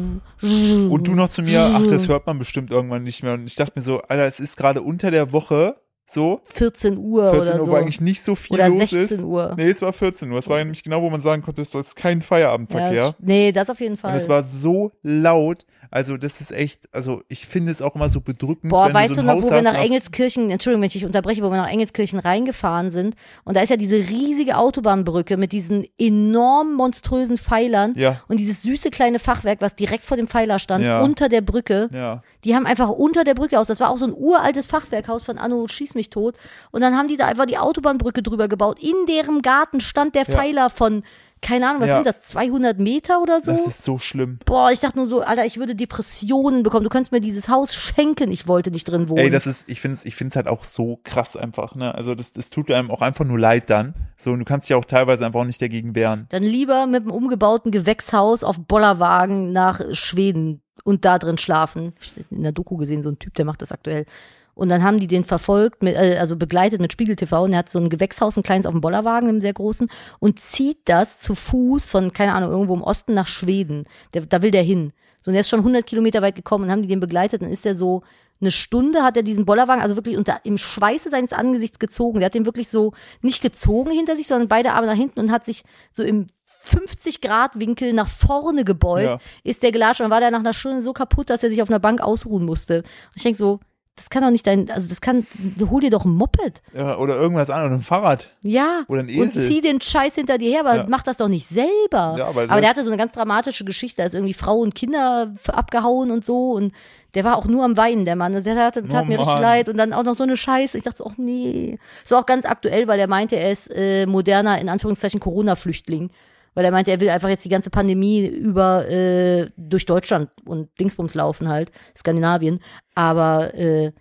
Speaker 1: Und du noch zu mir, ach, das hört man bestimmt irgendwann nicht mehr. Und ich dachte mir so, Alter, es ist gerade unter der Woche so,
Speaker 2: 14 Uhr
Speaker 1: 14
Speaker 2: oder
Speaker 1: Uhr,
Speaker 2: so.
Speaker 1: wo eigentlich nicht so viel
Speaker 2: Oder
Speaker 1: los
Speaker 2: 16
Speaker 1: ist.
Speaker 2: Uhr.
Speaker 1: Nee, es war 14 Uhr. Es war nämlich genau, wo man sagen konnte, es ist kein
Speaker 2: ja,
Speaker 1: Feierabendverkehr.
Speaker 2: das, nee, das auf jeden
Speaker 1: Und
Speaker 2: Fall.
Speaker 1: es war so laut. Also, das ist echt, also ich finde es auch immer so bedrückend.
Speaker 2: Boah,
Speaker 1: wenn
Speaker 2: weißt
Speaker 1: so
Speaker 2: du
Speaker 1: ein
Speaker 2: noch,
Speaker 1: Haus
Speaker 2: wo wir
Speaker 1: hast,
Speaker 2: nach
Speaker 1: was-
Speaker 2: Engelskirchen, Entschuldigung, wenn ich dich unterbreche, wo wir nach Engelskirchen reingefahren sind und da ist ja diese riesige Autobahnbrücke mit diesen enorm monströsen Pfeilern
Speaker 1: Ja.
Speaker 2: und dieses süße kleine Fachwerk, was direkt vor dem Pfeiler stand,
Speaker 1: Ja.
Speaker 2: unter der Brücke.
Speaker 1: Ja.
Speaker 2: Die haben einfach unter der Brücke aus. Das war auch so ein uraltes Fachwerkhaus von Anno Schieß mich tot. Und dann haben die da einfach die Autobahnbrücke drüber gebaut. In deren Garten stand der Pfeiler von, keine Ahnung, was
Speaker 1: Ja.
Speaker 2: sind das, 200 Meter oder so?
Speaker 1: Das ist so schlimm.
Speaker 2: Boah, ich dachte nur so, Alter, ich würde Depressionen bekommen. Du könntest mir dieses Haus schenken. Ich wollte nicht drin wohnen.
Speaker 1: Ey, das ist, ich finde es ich find's halt auch so krass einfach, ne? Also das, das tut einem auch einfach nur leid dann. So, und du kannst dich auch teilweise einfach auch nicht dagegen wehren.
Speaker 2: dann lieber mit einem umgebauten Gewächshaus auf Bollerwagen nach Schweden und da drin schlafen. In der Doku gesehen, so ein Typ, der macht das aktuell. Und dann haben die den verfolgt, mit, äh, also begleitet mit Spiegel TV und er hat so ein Gewächshaus, ein kleines auf dem Bollerwagen, einem sehr großen und zieht das zu Fuß von, keine Ahnung, irgendwo im Osten nach Schweden. Der, da will der hin. So, und er ist schon 100 Kilometer weit gekommen und haben die den begleitet, dann ist er so eine Stunde hat er diesen Bollerwagen, also wirklich unter, im Schweiße seines Angesichts gezogen. Der hat den wirklich so nicht gezogen hinter sich, sondern beide Arme nach hinten und hat sich so im 50-Grad-Winkel nach vorne gebeugt,
Speaker 1: Ja.
Speaker 2: ist der gelatscht und war der nach einer Stunde so kaputt, dass er sich auf einer Bank ausruhen musste. Und ich denke so, das kann doch nicht dein, also das kann, hol dir doch ein Moped.
Speaker 1: Ja, oder irgendwas an oder ein Fahrrad.
Speaker 2: Ja.
Speaker 1: Oder ein
Speaker 2: Und
Speaker 1: Esel.
Speaker 2: zieh den Scheiß hinter dir her, aber
Speaker 1: Ja.
Speaker 2: mach das doch nicht selber.
Speaker 1: Ja, aber
Speaker 2: der
Speaker 1: das-
Speaker 2: hatte so eine ganz dramatische Geschichte, da ist irgendwie Frau und Kinder f- abgehauen und so und der war auch nur am Weinen, der Mann. Also Der hat, tat
Speaker 1: Oh
Speaker 2: mir richtig
Speaker 1: Mann.
Speaker 2: leid und dann auch noch so eine Scheiße. Ich dachte so, ach nee. Das war auch ganz aktuell, weil er meinte, er ist äh, moderner, in Anführungszeichen, Corona-Flüchtling. Weil er meinte, er will einfach jetzt die ganze Pandemie über äh, durch Deutschland und Dingsbums laufen halt, Skandinavien. Aber äh,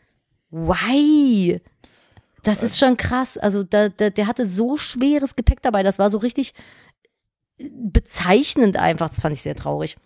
Speaker 2: why? Das ist schon krass. Also da, da, der hatte so schweres Gepäck dabei. Das war so richtig äh, bezeichnend einfach. Das fand ich sehr traurig.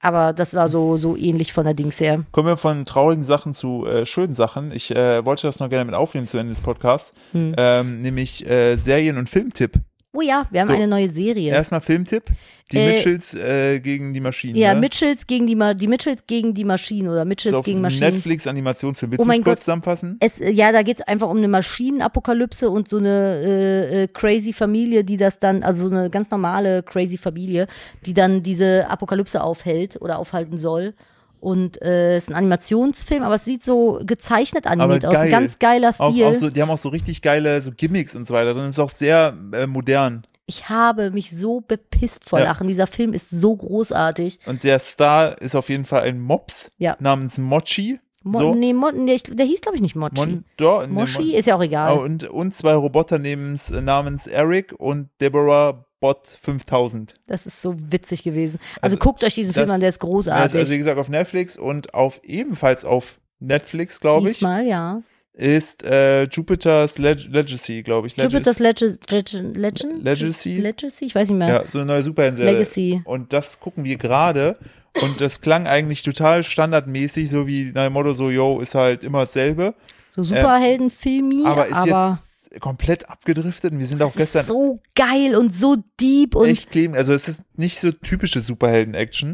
Speaker 2: Aber das war so, so ähnlich von der Dings her.
Speaker 1: Kommen wir von traurigen Sachen zu äh, schönen Sachen. Ich äh, wollte das noch gerne mit aufnehmen zu Ende des Podcasts.
Speaker 2: Hm.
Speaker 1: Ähm, nämlich äh, Serien- und Filmtipp.
Speaker 2: Oh ja, wir haben
Speaker 1: So.
Speaker 2: eine neue Serie.
Speaker 1: Erstmal Filmtipp. Die
Speaker 2: Äh,
Speaker 1: Mitchells äh, gegen die Maschinen.
Speaker 2: ja,
Speaker 1: ne?
Speaker 2: Mitchells gegen die, Ma die Mitchells gegen die Maschinen oder
Speaker 1: Ist
Speaker 2: Mitchells
Speaker 1: auf
Speaker 2: gegen Maschinen.
Speaker 1: Netflix-Animationsfilm. Willst
Speaker 2: Oh
Speaker 1: du
Speaker 2: mein
Speaker 1: mich kurz
Speaker 2: Gott.
Speaker 1: zusammenfassen?
Speaker 2: Es, äh, ja, da geht's einfach um eine Maschinenapokalypse und so eine äh, äh, crazy Familie, die das dann, also so eine ganz normale crazy Familie, die dann diese Apokalypse aufhält oder aufhalten soll. Und äh, es ist ein Animationsfilm, aber es sieht so gezeichnet
Speaker 1: Aber
Speaker 2: animiert aus. Ein
Speaker 1: geil.
Speaker 2: ganz geiler
Speaker 1: Auch,
Speaker 2: Stil.
Speaker 1: auch so, die haben auch so richtig geile so Gimmicks und so weiter drin. Ist auch sehr äh, modern.
Speaker 2: ich habe mich so bepisst vor
Speaker 1: Ja.
Speaker 2: Lachen. Dieser Film ist so großartig.
Speaker 1: Und der Star ist auf jeden Fall ein Mops
Speaker 2: Ja.
Speaker 1: namens Mochi.
Speaker 2: Mo
Speaker 1: so.
Speaker 2: nee, Mo nee, ich, der hieß, glaube ich, nicht Mochi.
Speaker 1: Mon Doch, nee, Mon-
Speaker 2: Moshi ist ja auch egal.
Speaker 1: Ah, und, und zwei Roboter namens, äh, namens Eric und Deborah Bot 5000.
Speaker 2: Das ist so witzig gewesen.
Speaker 1: Also,
Speaker 2: Also, guckt euch diesen Film
Speaker 1: das-
Speaker 2: an, der ist
Speaker 1: Also,
Speaker 2: großartig.
Speaker 1: also wie gesagt, auf Netflix und auf ebenfalls auf Netflix, glaube ich,
Speaker 2: Diesmal, ja.
Speaker 1: ist äh, Jupiter's Leg Legacy, glaube ich.
Speaker 2: Jupiter's Legend, Legend, Legend?
Speaker 1: Legacy?
Speaker 2: Legacy? Ich weiß nicht mehr.
Speaker 1: Ja, so eine neue Superhelden-Serie.
Speaker 2: Legacy.
Speaker 1: Und das gucken wir gerade. Und das klang eigentlich total standardmäßig, so wie nach dem Motto so, yo, ist halt immer dasselbe.
Speaker 2: So Superhelden-Filmi,
Speaker 1: aber
Speaker 2: aber,
Speaker 1: ist jetzt komplett abgedriftet. Und wir sind auch
Speaker 2: es ist
Speaker 1: gestern
Speaker 2: so geil und so deep und
Speaker 1: echt kleben. Also es ist nicht so typische Superhelden-Action.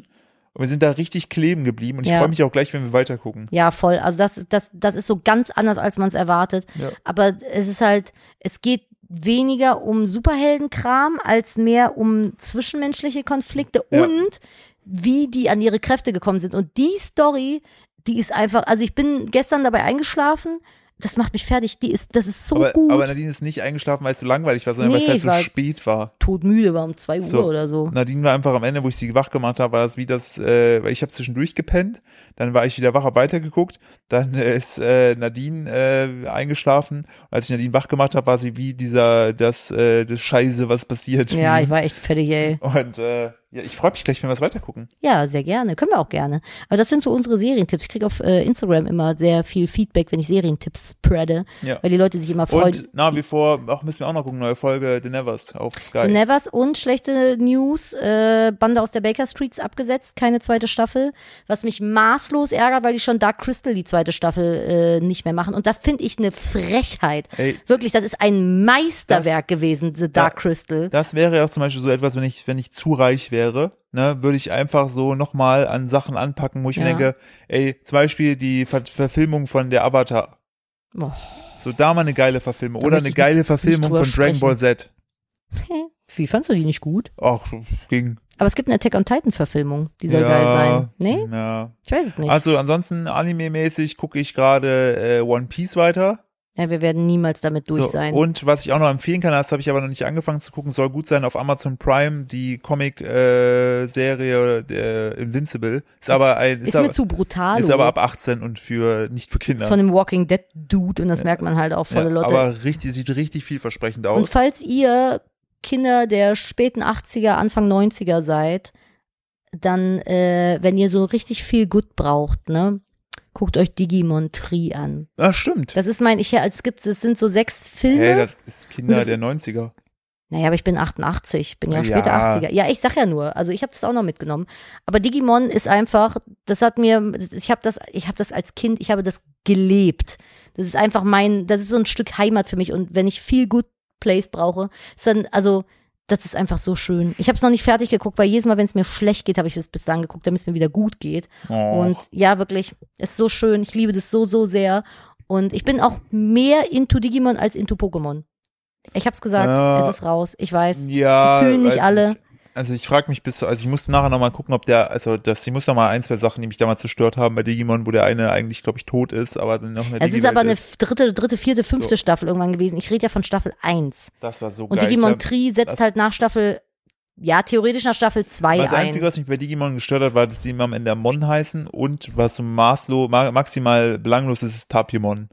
Speaker 1: Und wir sind da richtig kleben geblieben und ich
Speaker 2: Ja.
Speaker 1: freue mich auch gleich, wenn wir weitergucken.
Speaker 2: Ja, voll. Also das, ist- das, das ist so ganz anders, als man es erwartet.
Speaker 1: Ja.
Speaker 2: Aber es ist halt, es geht weniger um Superheldenkram, als mehr um zwischenmenschliche Konflikte
Speaker 1: Ja.
Speaker 2: und wie die an ihre Kräfte gekommen sind. Und die Story, die ist einfach, also ich bin gestern dabei eingeschlafen, das macht mich fertig. Die ist, das ist so
Speaker 1: aber,
Speaker 2: Oh, gut.
Speaker 1: aber Nadine ist nicht eingeschlafen, weil es so langweilig war, sondern weil
Speaker 2: Nee,
Speaker 1: es halt
Speaker 2: ich
Speaker 1: so
Speaker 2: war-
Speaker 1: spät war.
Speaker 2: Todmüde war um zwei Uhr
Speaker 1: So.
Speaker 2: oder so.
Speaker 1: Nadine war einfach am Ende, wo ich sie wach gemacht habe, war das wie das, äh, weil ich habe zwischendurch gepennt, dann war ich wieder wach, hab weitergeguckt, dann äh, ist äh, Nadine äh, eingeschlafen. Als ich Nadine wach gemacht habe, war sie wie dieser, das, äh, das Scheiße, was passiert.
Speaker 2: Ja, ich war echt fertig, ey.
Speaker 1: Und äh, ja, ich freue mich gleich, wenn wir es weitergucken.
Speaker 2: Ja, sehr gerne. Können wir auch gerne. Aber das sind so unsere Serientipps. Ich kriege auf äh, Instagram immer sehr viel Feedback, wenn ich Serientipps spreade,
Speaker 1: Ja.
Speaker 2: weil die Leute sich immer freuen.
Speaker 1: Und nach wie vor, auch müssen wir auch noch gucken, neue Folge The Nevers auf Sky.
Speaker 2: The Ne- Nevers und schlechte News, äh, Bande aus der Baker Streets abgesetzt, keine zweite Staffel, was mich maßlos ärgert, weil die schon Dark Crystal die zweite Staffel äh, nicht mehr machen und das finde ich eine Frechheit.
Speaker 1: Ey.
Speaker 2: Wirklich, das ist ein Meisterwerk gewesen, The Dark
Speaker 1: Da-
Speaker 2: Crystal.
Speaker 1: Das wäre ja auch zum Beispiel so etwas, wenn ich, wenn ich zu reich wäre, ne, würde ich einfach so nochmal an Sachen anpacken, wo ich mir
Speaker 2: Ja.
Speaker 1: denke, ey, zum Beispiel die Ver Verfilmung von der Avatar.
Speaker 2: Oh,
Speaker 1: So, da mal eine geile Verfilmung.
Speaker 2: Da
Speaker 1: Oder
Speaker 2: möchte
Speaker 1: eine
Speaker 2: ich
Speaker 1: geile Verfilmung
Speaker 2: drüber
Speaker 1: von Dragon Ball Z.
Speaker 2: hä? Wie fandst du die nicht gut?
Speaker 1: Ach, ging.
Speaker 2: Aber es gibt eine Attack on Titan Verfilmung, die soll
Speaker 1: ja,
Speaker 2: geil sein. Nee,
Speaker 1: Ja.
Speaker 2: ich weiß es nicht.
Speaker 1: Also, ansonsten, anime-mäßig gucke ich gerade äh, One Piece weiter.
Speaker 2: ja, wir werden niemals damit durch
Speaker 1: so,
Speaker 2: sein.
Speaker 1: Und was ich auch noch empfehlen kann, das habe ich aber noch nicht angefangen zu gucken, soll gut sein auf Amazon Prime, die Comic-Serie äh, Invincible. Ist aber ein, ist,
Speaker 2: ist
Speaker 1: aber,
Speaker 2: mir zu brutal.
Speaker 1: Ist aber ab 18 und für nicht für Kinder.
Speaker 2: ist von dem Walking Dead Dude und das merkt man halt auch volle
Speaker 1: ja,
Speaker 2: Lotte.
Speaker 1: aber richtig, sieht richtig vielversprechend
Speaker 2: Und
Speaker 1: aus.
Speaker 2: falls ihr Kinder der späten 80er, Anfang 90er seid, dann, äh, wenn ihr so richtig viel Gut braucht, ne, guckt euch Digimon Tree an.
Speaker 1: Ach, Ah, stimmt.
Speaker 2: Das ist mein, ich, es gibt, es sind so sechs Filme.
Speaker 1: Hey, das ist Kinder
Speaker 2: Das-
Speaker 1: der 90er.
Speaker 2: Naja, aber ich bin 88, bin ja
Speaker 1: Ja.
Speaker 2: später 80er. Ja, ich sag ja nur, also ich habe das auch noch mitgenommen. Aber Digimon ist einfach, das hat mir, ich habe das, ich habe das als Kind, ich habe das gelebt. Das ist einfach mein, das ist so ein Stück Heimat für mich. Und wenn ich viel Good Plays brauche, ist dann, also das ist einfach so schön. Ich habe es noch nicht fertig geguckt, weil jedes Mal, wenn es mir schlecht geht, habe ich es bis dann geguckt, damit es mir wieder gut geht.
Speaker 1: Och.
Speaker 2: Und ja, wirklich, ist so schön. Ich liebe das so, so sehr. Und ich bin auch mehr into Digimon als into Pokémon. Ich hab's gesagt,
Speaker 1: Ja.
Speaker 2: es ist raus. Ich weiß.
Speaker 1: ja,
Speaker 2: das fühlen nicht
Speaker 1: weiß
Speaker 2: alle.
Speaker 1: Ich, also ich frage mich bis, also ich musste nachher nochmal gucken, ob der, also das, ich muss nochmal ein, zwei Sachen, die mich damals zerstört haben bei Digimon, wo der eine eigentlich, glaube ich, tot ist, aber dann noch eine
Speaker 2: Es ist
Speaker 1: Digiwelt
Speaker 2: aber eine dritte, dritte, vierte, fünfte Staffel irgendwann gewesen. Ich rede ja von Staffel 1.
Speaker 1: Das war so
Speaker 2: Und
Speaker 1: geil.
Speaker 2: Digimon
Speaker 1: Ich hab-
Speaker 2: Tree setzt
Speaker 1: das-
Speaker 2: halt nach Staffel, ja, theoretisch nach Staffel 2
Speaker 1: Das Einzige,
Speaker 2: ein.
Speaker 1: was mich bei Digimon gestört hat, war, dass die immer am Ende Mon heißen und was so maßlo, ma maximal belanglos ist, ist Tapimon.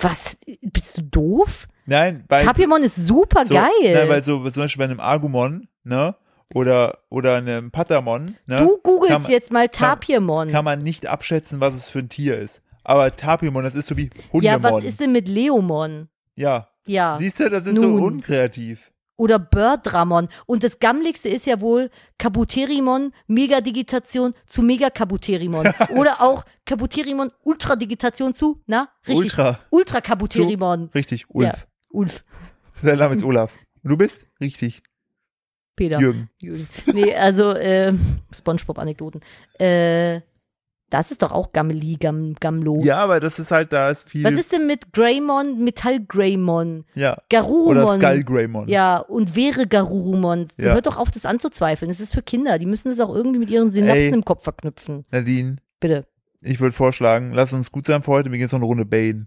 Speaker 2: Was? Bist du doof?
Speaker 1: Nein, bei
Speaker 2: Tapimon ist super
Speaker 1: so, Ne, weil
Speaker 2: geil.
Speaker 1: so zum Beispiel bei einem Argumon, ne? Oder, oder einem Patamon, ne?
Speaker 2: Du googelst
Speaker 1: kann man-
Speaker 2: jetzt mal
Speaker 1: kann-
Speaker 2: Tapirmon.
Speaker 1: Kann man nicht abschätzen, was es für ein Tier ist. Aber Tapimon, das ist so wie Hundemon.
Speaker 2: ja, was ist denn mit Leomon?
Speaker 1: Ja.
Speaker 2: Ja.
Speaker 1: Siehst du, das ist
Speaker 2: Nun.
Speaker 1: so unkreativ.
Speaker 2: oder Birdramon. Und das Gammligste ist ja wohl Kabuterimon, Megadigitation zu Megakabuterimon. oder auch Kabuterimon, Ultradigitation zu, na, richtig.
Speaker 1: Ultra.
Speaker 2: Ultrakabuterimon.
Speaker 1: Richtig, Ulf.
Speaker 2: Ulf,
Speaker 1: Dein Name ist Olaf. Und du bist? Richtig,
Speaker 2: Peter.
Speaker 1: Jürgen.
Speaker 2: Jürgen. Nee, also äh, Spongebob-Anekdoten. Äh, das ist doch auch Gammeli, Gam, Gamlo.
Speaker 1: Ja, aber das ist halt, da ist viel.
Speaker 2: Oh. Was ist denn mit Greymon, Metall-Greymon,
Speaker 1: ja.
Speaker 2: Garurumon?
Speaker 1: Oder Skullgreymon.
Speaker 2: Ja, und wäre Garurumon.
Speaker 1: Ja.
Speaker 2: Hört doch auf, das anzuzweifeln. Es ist für Kinder. Die müssen es auch irgendwie mit ihren Synapsen
Speaker 1: Ey.
Speaker 2: im Kopf verknüpfen.
Speaker 1: Nadine,
Speaker 2: Bitte.
Speaker 1: ich würde vorschlagen, lass uns gut sein für heute. Wir gehen jetzt noch eine Runde Bane.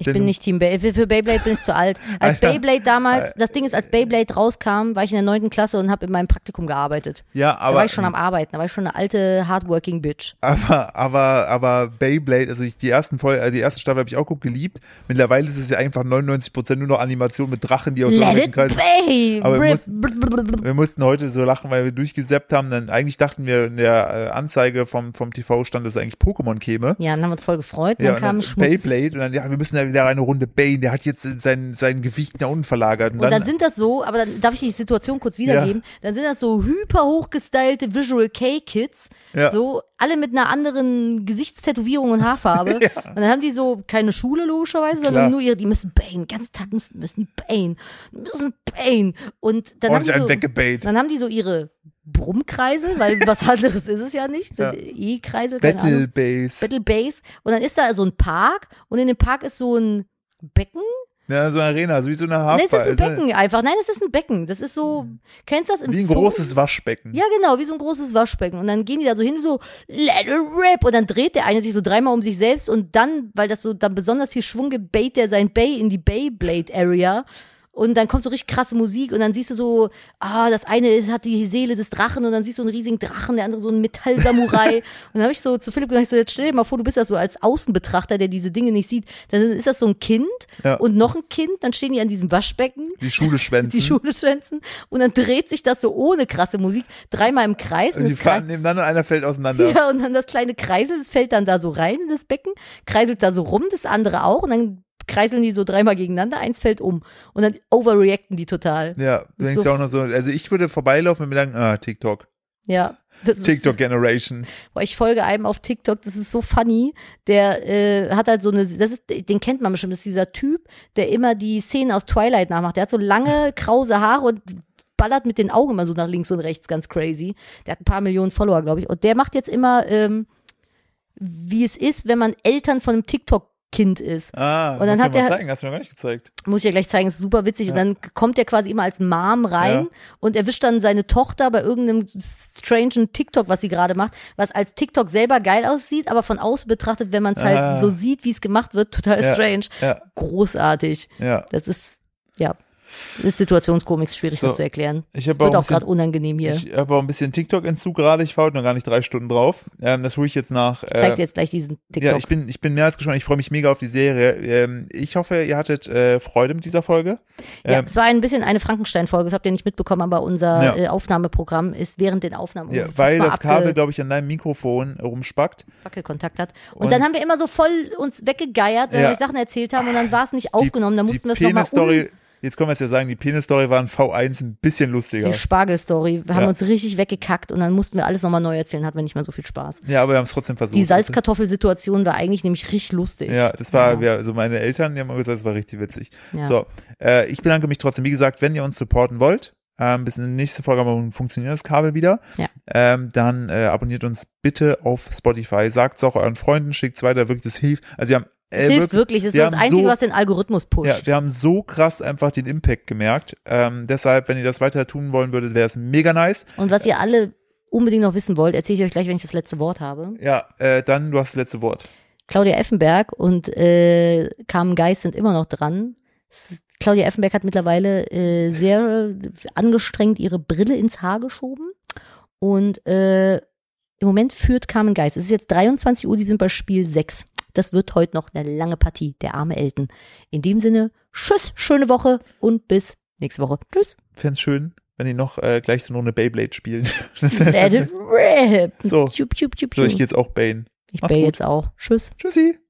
Speaker 2: Ich
Speaker 1: Denn-
Speaker 2: bin nicht Team Beyblade. Für Beyblade bin ich zu alt. Als
Speaker 1: Alter. Äh.
Speaker 2: Beyblade damals, das Ding ist, als Beyblade rauskam, war ich in der neunten Klasse und habe in meinem Praktikum gearbeitet.
Speaker 1: Ja,
Speaker 2: Da
Speaker 1: aber.
Speaker 2: war ich schon am Arbeiten. Da war ich schon eine alte, hardworking Bitch.
Speaker 1: Aber, aber, aber Beyblade, also ich, die ersten Folge, also die erste Staffel habe ich auch gut geliebt. Mittlerweile ist es ja einfach 99% nur noch Animation mit Drachen, die aus
Speaker 2: Let
Speaker 1: irgendwelchen
Speaker 2: it
Speaker 1: Kreisen.
Speaker 2: play!
Speaker 1: Aber wir
Speaker 2: Brr,
Speaker 1: mussten-
Speaker 2: brr, brr, brr, brr.
Speaker 1: Wir mussten heute so lachen, weil wir durchgesappt haben. Dann eigentlich dachten wir in der äh, Anzeige vom, vom TV stand, dass eigentlich Pokémon käme.
Speaker 2: Ja, dann haben wir uns voll gefreut. Dann
Speaker 1: Ja, und
Speaker 2: kam
Speaker 1: dann
Speaker 2: Schmutz.
Speaker 1: Beyblade und dann, ja, wir müssen da wieder eine Runde Bane, der hat jetzt sein, sein Gewicht nach unten verlagert. Und,
Speaker 2: Und dann sind das so, aber dann darf ich die Situation kurz wiedergeben, dann sind das so hyper hochgestylte Visual K-Kids,
Speaker 1: Ja.
Speaker 2: so alle mit einer anderen Gesichtstätowierung und Haarfarbe. Und dann haben die so keine Schule logischerweise,
Speaker 1: Klar.
Speaker 2: sondern nur ihre, die müssen Bane, den ganzen Tag müssen, müssen die Bane, müssen Bane. Und dann haben
Speaker 1: ordentlich
Speaker 2: die
Speaker 1: einen
Speaker 2: so,
Speaker 1: weggebait.
Speaker 2: dann haben die so ihre Brummkreisel, weil was anderes ist es ja nicht.
Speaker 1: Ja.
Speaker 2: Sind E-Kreisel, keine Ahnung.
Speaker 1: Battle Base.
Speaker 2: Battle Base. Und dann ist da so ein Park und in dem Park ist so ein Becken.
Speaker 1: Ja, so eine Arena, so wie so eine
Speaker 2: Nein, es ist
Speaker 1: Hafbar.
Speaker 2: ein Becken einfach. Nein, es ist ein Becken. Das ist so, kennst du das im
Speaker 1: also Mhm. Wie ein
Speaker 2: Zoo?
Speaker 1: großes Waschbecken.
Speaker 2: Ja, genau, wie so ein großes Waschbecken. Und dann gehen die da so hin, so, let it rip. Und dann dreht der eine sich so dreimal um sich selbst und dann, weil das so dann besonders viel Schwung gibt, bait der sein Bay in die Bayblade Area. Und dann kommt so richtig krasse Musik und dann siehst du so, ah, das eine ist- hat die Seele des Drachen und dann siehst du einen riesigen Drachen, der andere so einen Metallsamurai. und dann habe ich so zu Philipp gesagt, ich so, jetzt stell dir mal vor, du bist das so als Außenbetrachter, der diese Dinge nicht sieht. Dann ist das so ein Kind
Speaker 1: Ja.
Speaker 2: und noch ein Kind, dann stehen die an diesem Waschbecken
Speaker 1: Die Schule schwänzen.
Speaker 2: die Schule schwänzen und dann dreht sich das so ohne krasse Musik dreimal im Kreis und
Speaker 1: und die
Speaker 2: das Kreis,
Speaker 1: fahren nebeneinander und einer fällt auseinander.
Speaker 2: ja, und dann das kleine Kreisel, das fällt dann da so rein in das Becken, kreiselt da so rum, das andere auch und dann kreiseln die so dreimal gegeneinander, eins fällt um und dann overreacten die total.
Speaker 1: Ja, du denkst
Speaker 2: So-
Speaker 1: ja auch noch so, also ich würde vorbeilaufen und mir denken, ah, TikTok.
Speaker 2: Ja. Das
Speaker 1: TikTok Generation.
Speaker 2: Ist, boah, ich folge einem auf TikTok, das ist so funny. Der äh, hat halt so eine, das ist, den kennt man bestimmt, das ist dieser Typ, der immer die Szenen aus Twilight nachmacht. Der hat so lange, krause Haare und ballert mit den Augen immer so nach links und rechts, ganz crazy. Der hat ein paar Millionen Follower, glaube ich. Und der macht jetzt immer, ähm, wie es ist, wenn man Eltern von einem TikTok-Kind ist.
Speaker 1: Ah,
Speaker 2: Und dann
Speaker 1: musst du
Speaker 2: hat
Speaker 1: mir mal
Speaker 2: der-
Speaker 1: zeigen, hast du mir gar nicht gezeigt.
Speaker 2: Muss ich ja gleich zeigen, ist super witzig. Und dann kommt er quasi immer als Mom rein
Speaker 1: Ja.
Speaker 2: und erwischt dann seine Tochter bei irgendeinem strangen TikTok, was sie gerade macht, was als TikTok selber geil aussieht, aber von außen betrachtet, wenn man es
Speaker 1: Ah.
Speaker 2: halt so sieht, wie es gemacht wird, total
Speaker 1: Ja.
Speaker 2: strange.
Speaker 1: Ja,
Speaker 2: Großartig.
Speaker 1: ja.
Speaker 2: Das ist, ja, ist Situationskomik, ist schwierig
Speaker 1: So.
Speaker 2: das zu erklären.
Speaker 1: Ich
Speaker 2: Das
Speaker 1: habe auch,
Speaker 2: wird
Speaker 1: ein
Speaker 2: auch gerade
Speaker 1: bisschen-
Speaker 2: unangenehm hier. Ich,
Speaker 1: ich hab auch ein bisschen TikTok-Entzug gerade. Ich war heute noch gar nicht drei Stunden drauf. Ähm, das hole ich jetzt nach.
Speaker 2: zeig dir
Speaker 1: äh,
Speaker 2: jetzt gleich diesen TikTok.
Speaker 1: ja, ich bin, ich bin mehr als gespannt. Ich freue mich mega auf die Serie. Ähm, ich hoffe, ihr hattet äh, Freude mit dieser Folge.
Speaker 2: Ja,
Speaker 1: Ähm,
Speaker 2: es war ein bisschen eine Frankenstein-Folge, das habt ihr nicht mitbekommen, aber unser
Speaker 1: Ja.
Speaker 2: äh, Aufnahmeprogramm ist während den Aufnahmen
Speaker 1: ja,
Speaker 2: um
Speaker 1: weil
Speaker 2: fünfmal
Speaker 1: das Kabel,
Speaker 2: abge-
Speaker 1: glaube ich, an deinem Mikrofon rumspackt.
Speaker 2: Wackelkontakt hat. Und,
Speaker 1: Und-
Speaker 2: dann haben wir immer so voll uns weggeegeiert, wenn
Speaker 1: Ja.
Speaker 2: wir Sachen erzählt haben und dann war es nicht aufgenommen, dann mussten wir es
Speaker 1: die
Speaker 2: nochmal um.
Speaker 1: Penis-Story, jetzt können wir es ja sagen, die Penis-Story war in V1 ein bisschen lustiger.
Speaker 2: Die Spargel-Story. Wir haben
Speaker 1: Ja.
Speaker 2: uns richtig weggekackt und dann mussten wir alles nochmal neu erzählen, hatten wir nicht mehr so viel Spaß.
Speaker 1: Ja, aber wir haben es trotzdem versucht.
Speaker 2: Die Salzkartoffelsituation war eigentlich nämlich richtig lustig.
Speaker 1: Ja, das war, ja. also meine Eltern, die haben immer gesagt, es war richtig witzig.
Speaker 2: Ja.
Speaker 1: So, äh, ich bedanke mich trotzdem. Wie gesagt, wenn ihr uns supporten wollt, ähm, bis in die nächste Folge haben wir ein funktionierendes Kabel wieder,
Speaker 2: Ja.
Speaker 1: ähm, dann äh, abonniert uns bitte auf Spotify. Sagt es auch euren Freunden, schickt es weiter, wirklich, das hilft. Also wir haben, äh,
Speaker 2: Es hilft
Speaker 1: wirklich-
Speaker 2: wirklich, es ist
Speaker 1: wir
Speaker 2: das
Speaker 1: haben
Speaker 2: Einzige,
Speaker 1: so-
Speaker 2: was den Algorithmus pusht.
Speaker 1: ja, wir haben so krass einfach den Impact gemerkt. Ähm, deshalb, wenn ihr das weiter tun wollen würdet, wäre es mega nice.
Speaker 2: Und was ihr alle unbedingt noch wissen wollt, erzähle ich euch gleich, wenn ich das letzte Wort habe.
Speaker 1: Ja, äh, dann du hast das letzte Wort.
Speaker 2: Claudia Effenberg und äh, Carmen Geist sind immer noch dran. Es ist- Claudia Effenberg hat mittlerweile äh, sehr äh, angestrengt ihre Brille ins Haar geschoben. Und äh, im Moment führt Carmen Geist. Es ist jetzt 23 Uhr, die sind bei Spiel 6. Das wird heute noch eine lange Partie, der arme Elton. In dem Sinne, tschüss, schöne Woche und bis nächste Woche. Tschüss.
Speaker 1: Fände es schön, wenn die noch äh, gleich so nur eine Beyblade spielen. Das
Speaker 2: Äh,
Speaker 1: wär-
Speaker 2: Let it rip.
Speaker 1: So.
Speaker 2: äh, Tschüp, tschüp, tschüp,
Speaker 1: so, ich gehe
Speaker 2: tschüp.
Speaker 1: jetzt auch Bane.
Speaker 2: Ich
Speaker 1: Mach's
Speaker 2: bäh
Speaker 1: gut.
Speaker 2: jetzt auch. Tschüss.
Speaker 1: Tschüssi.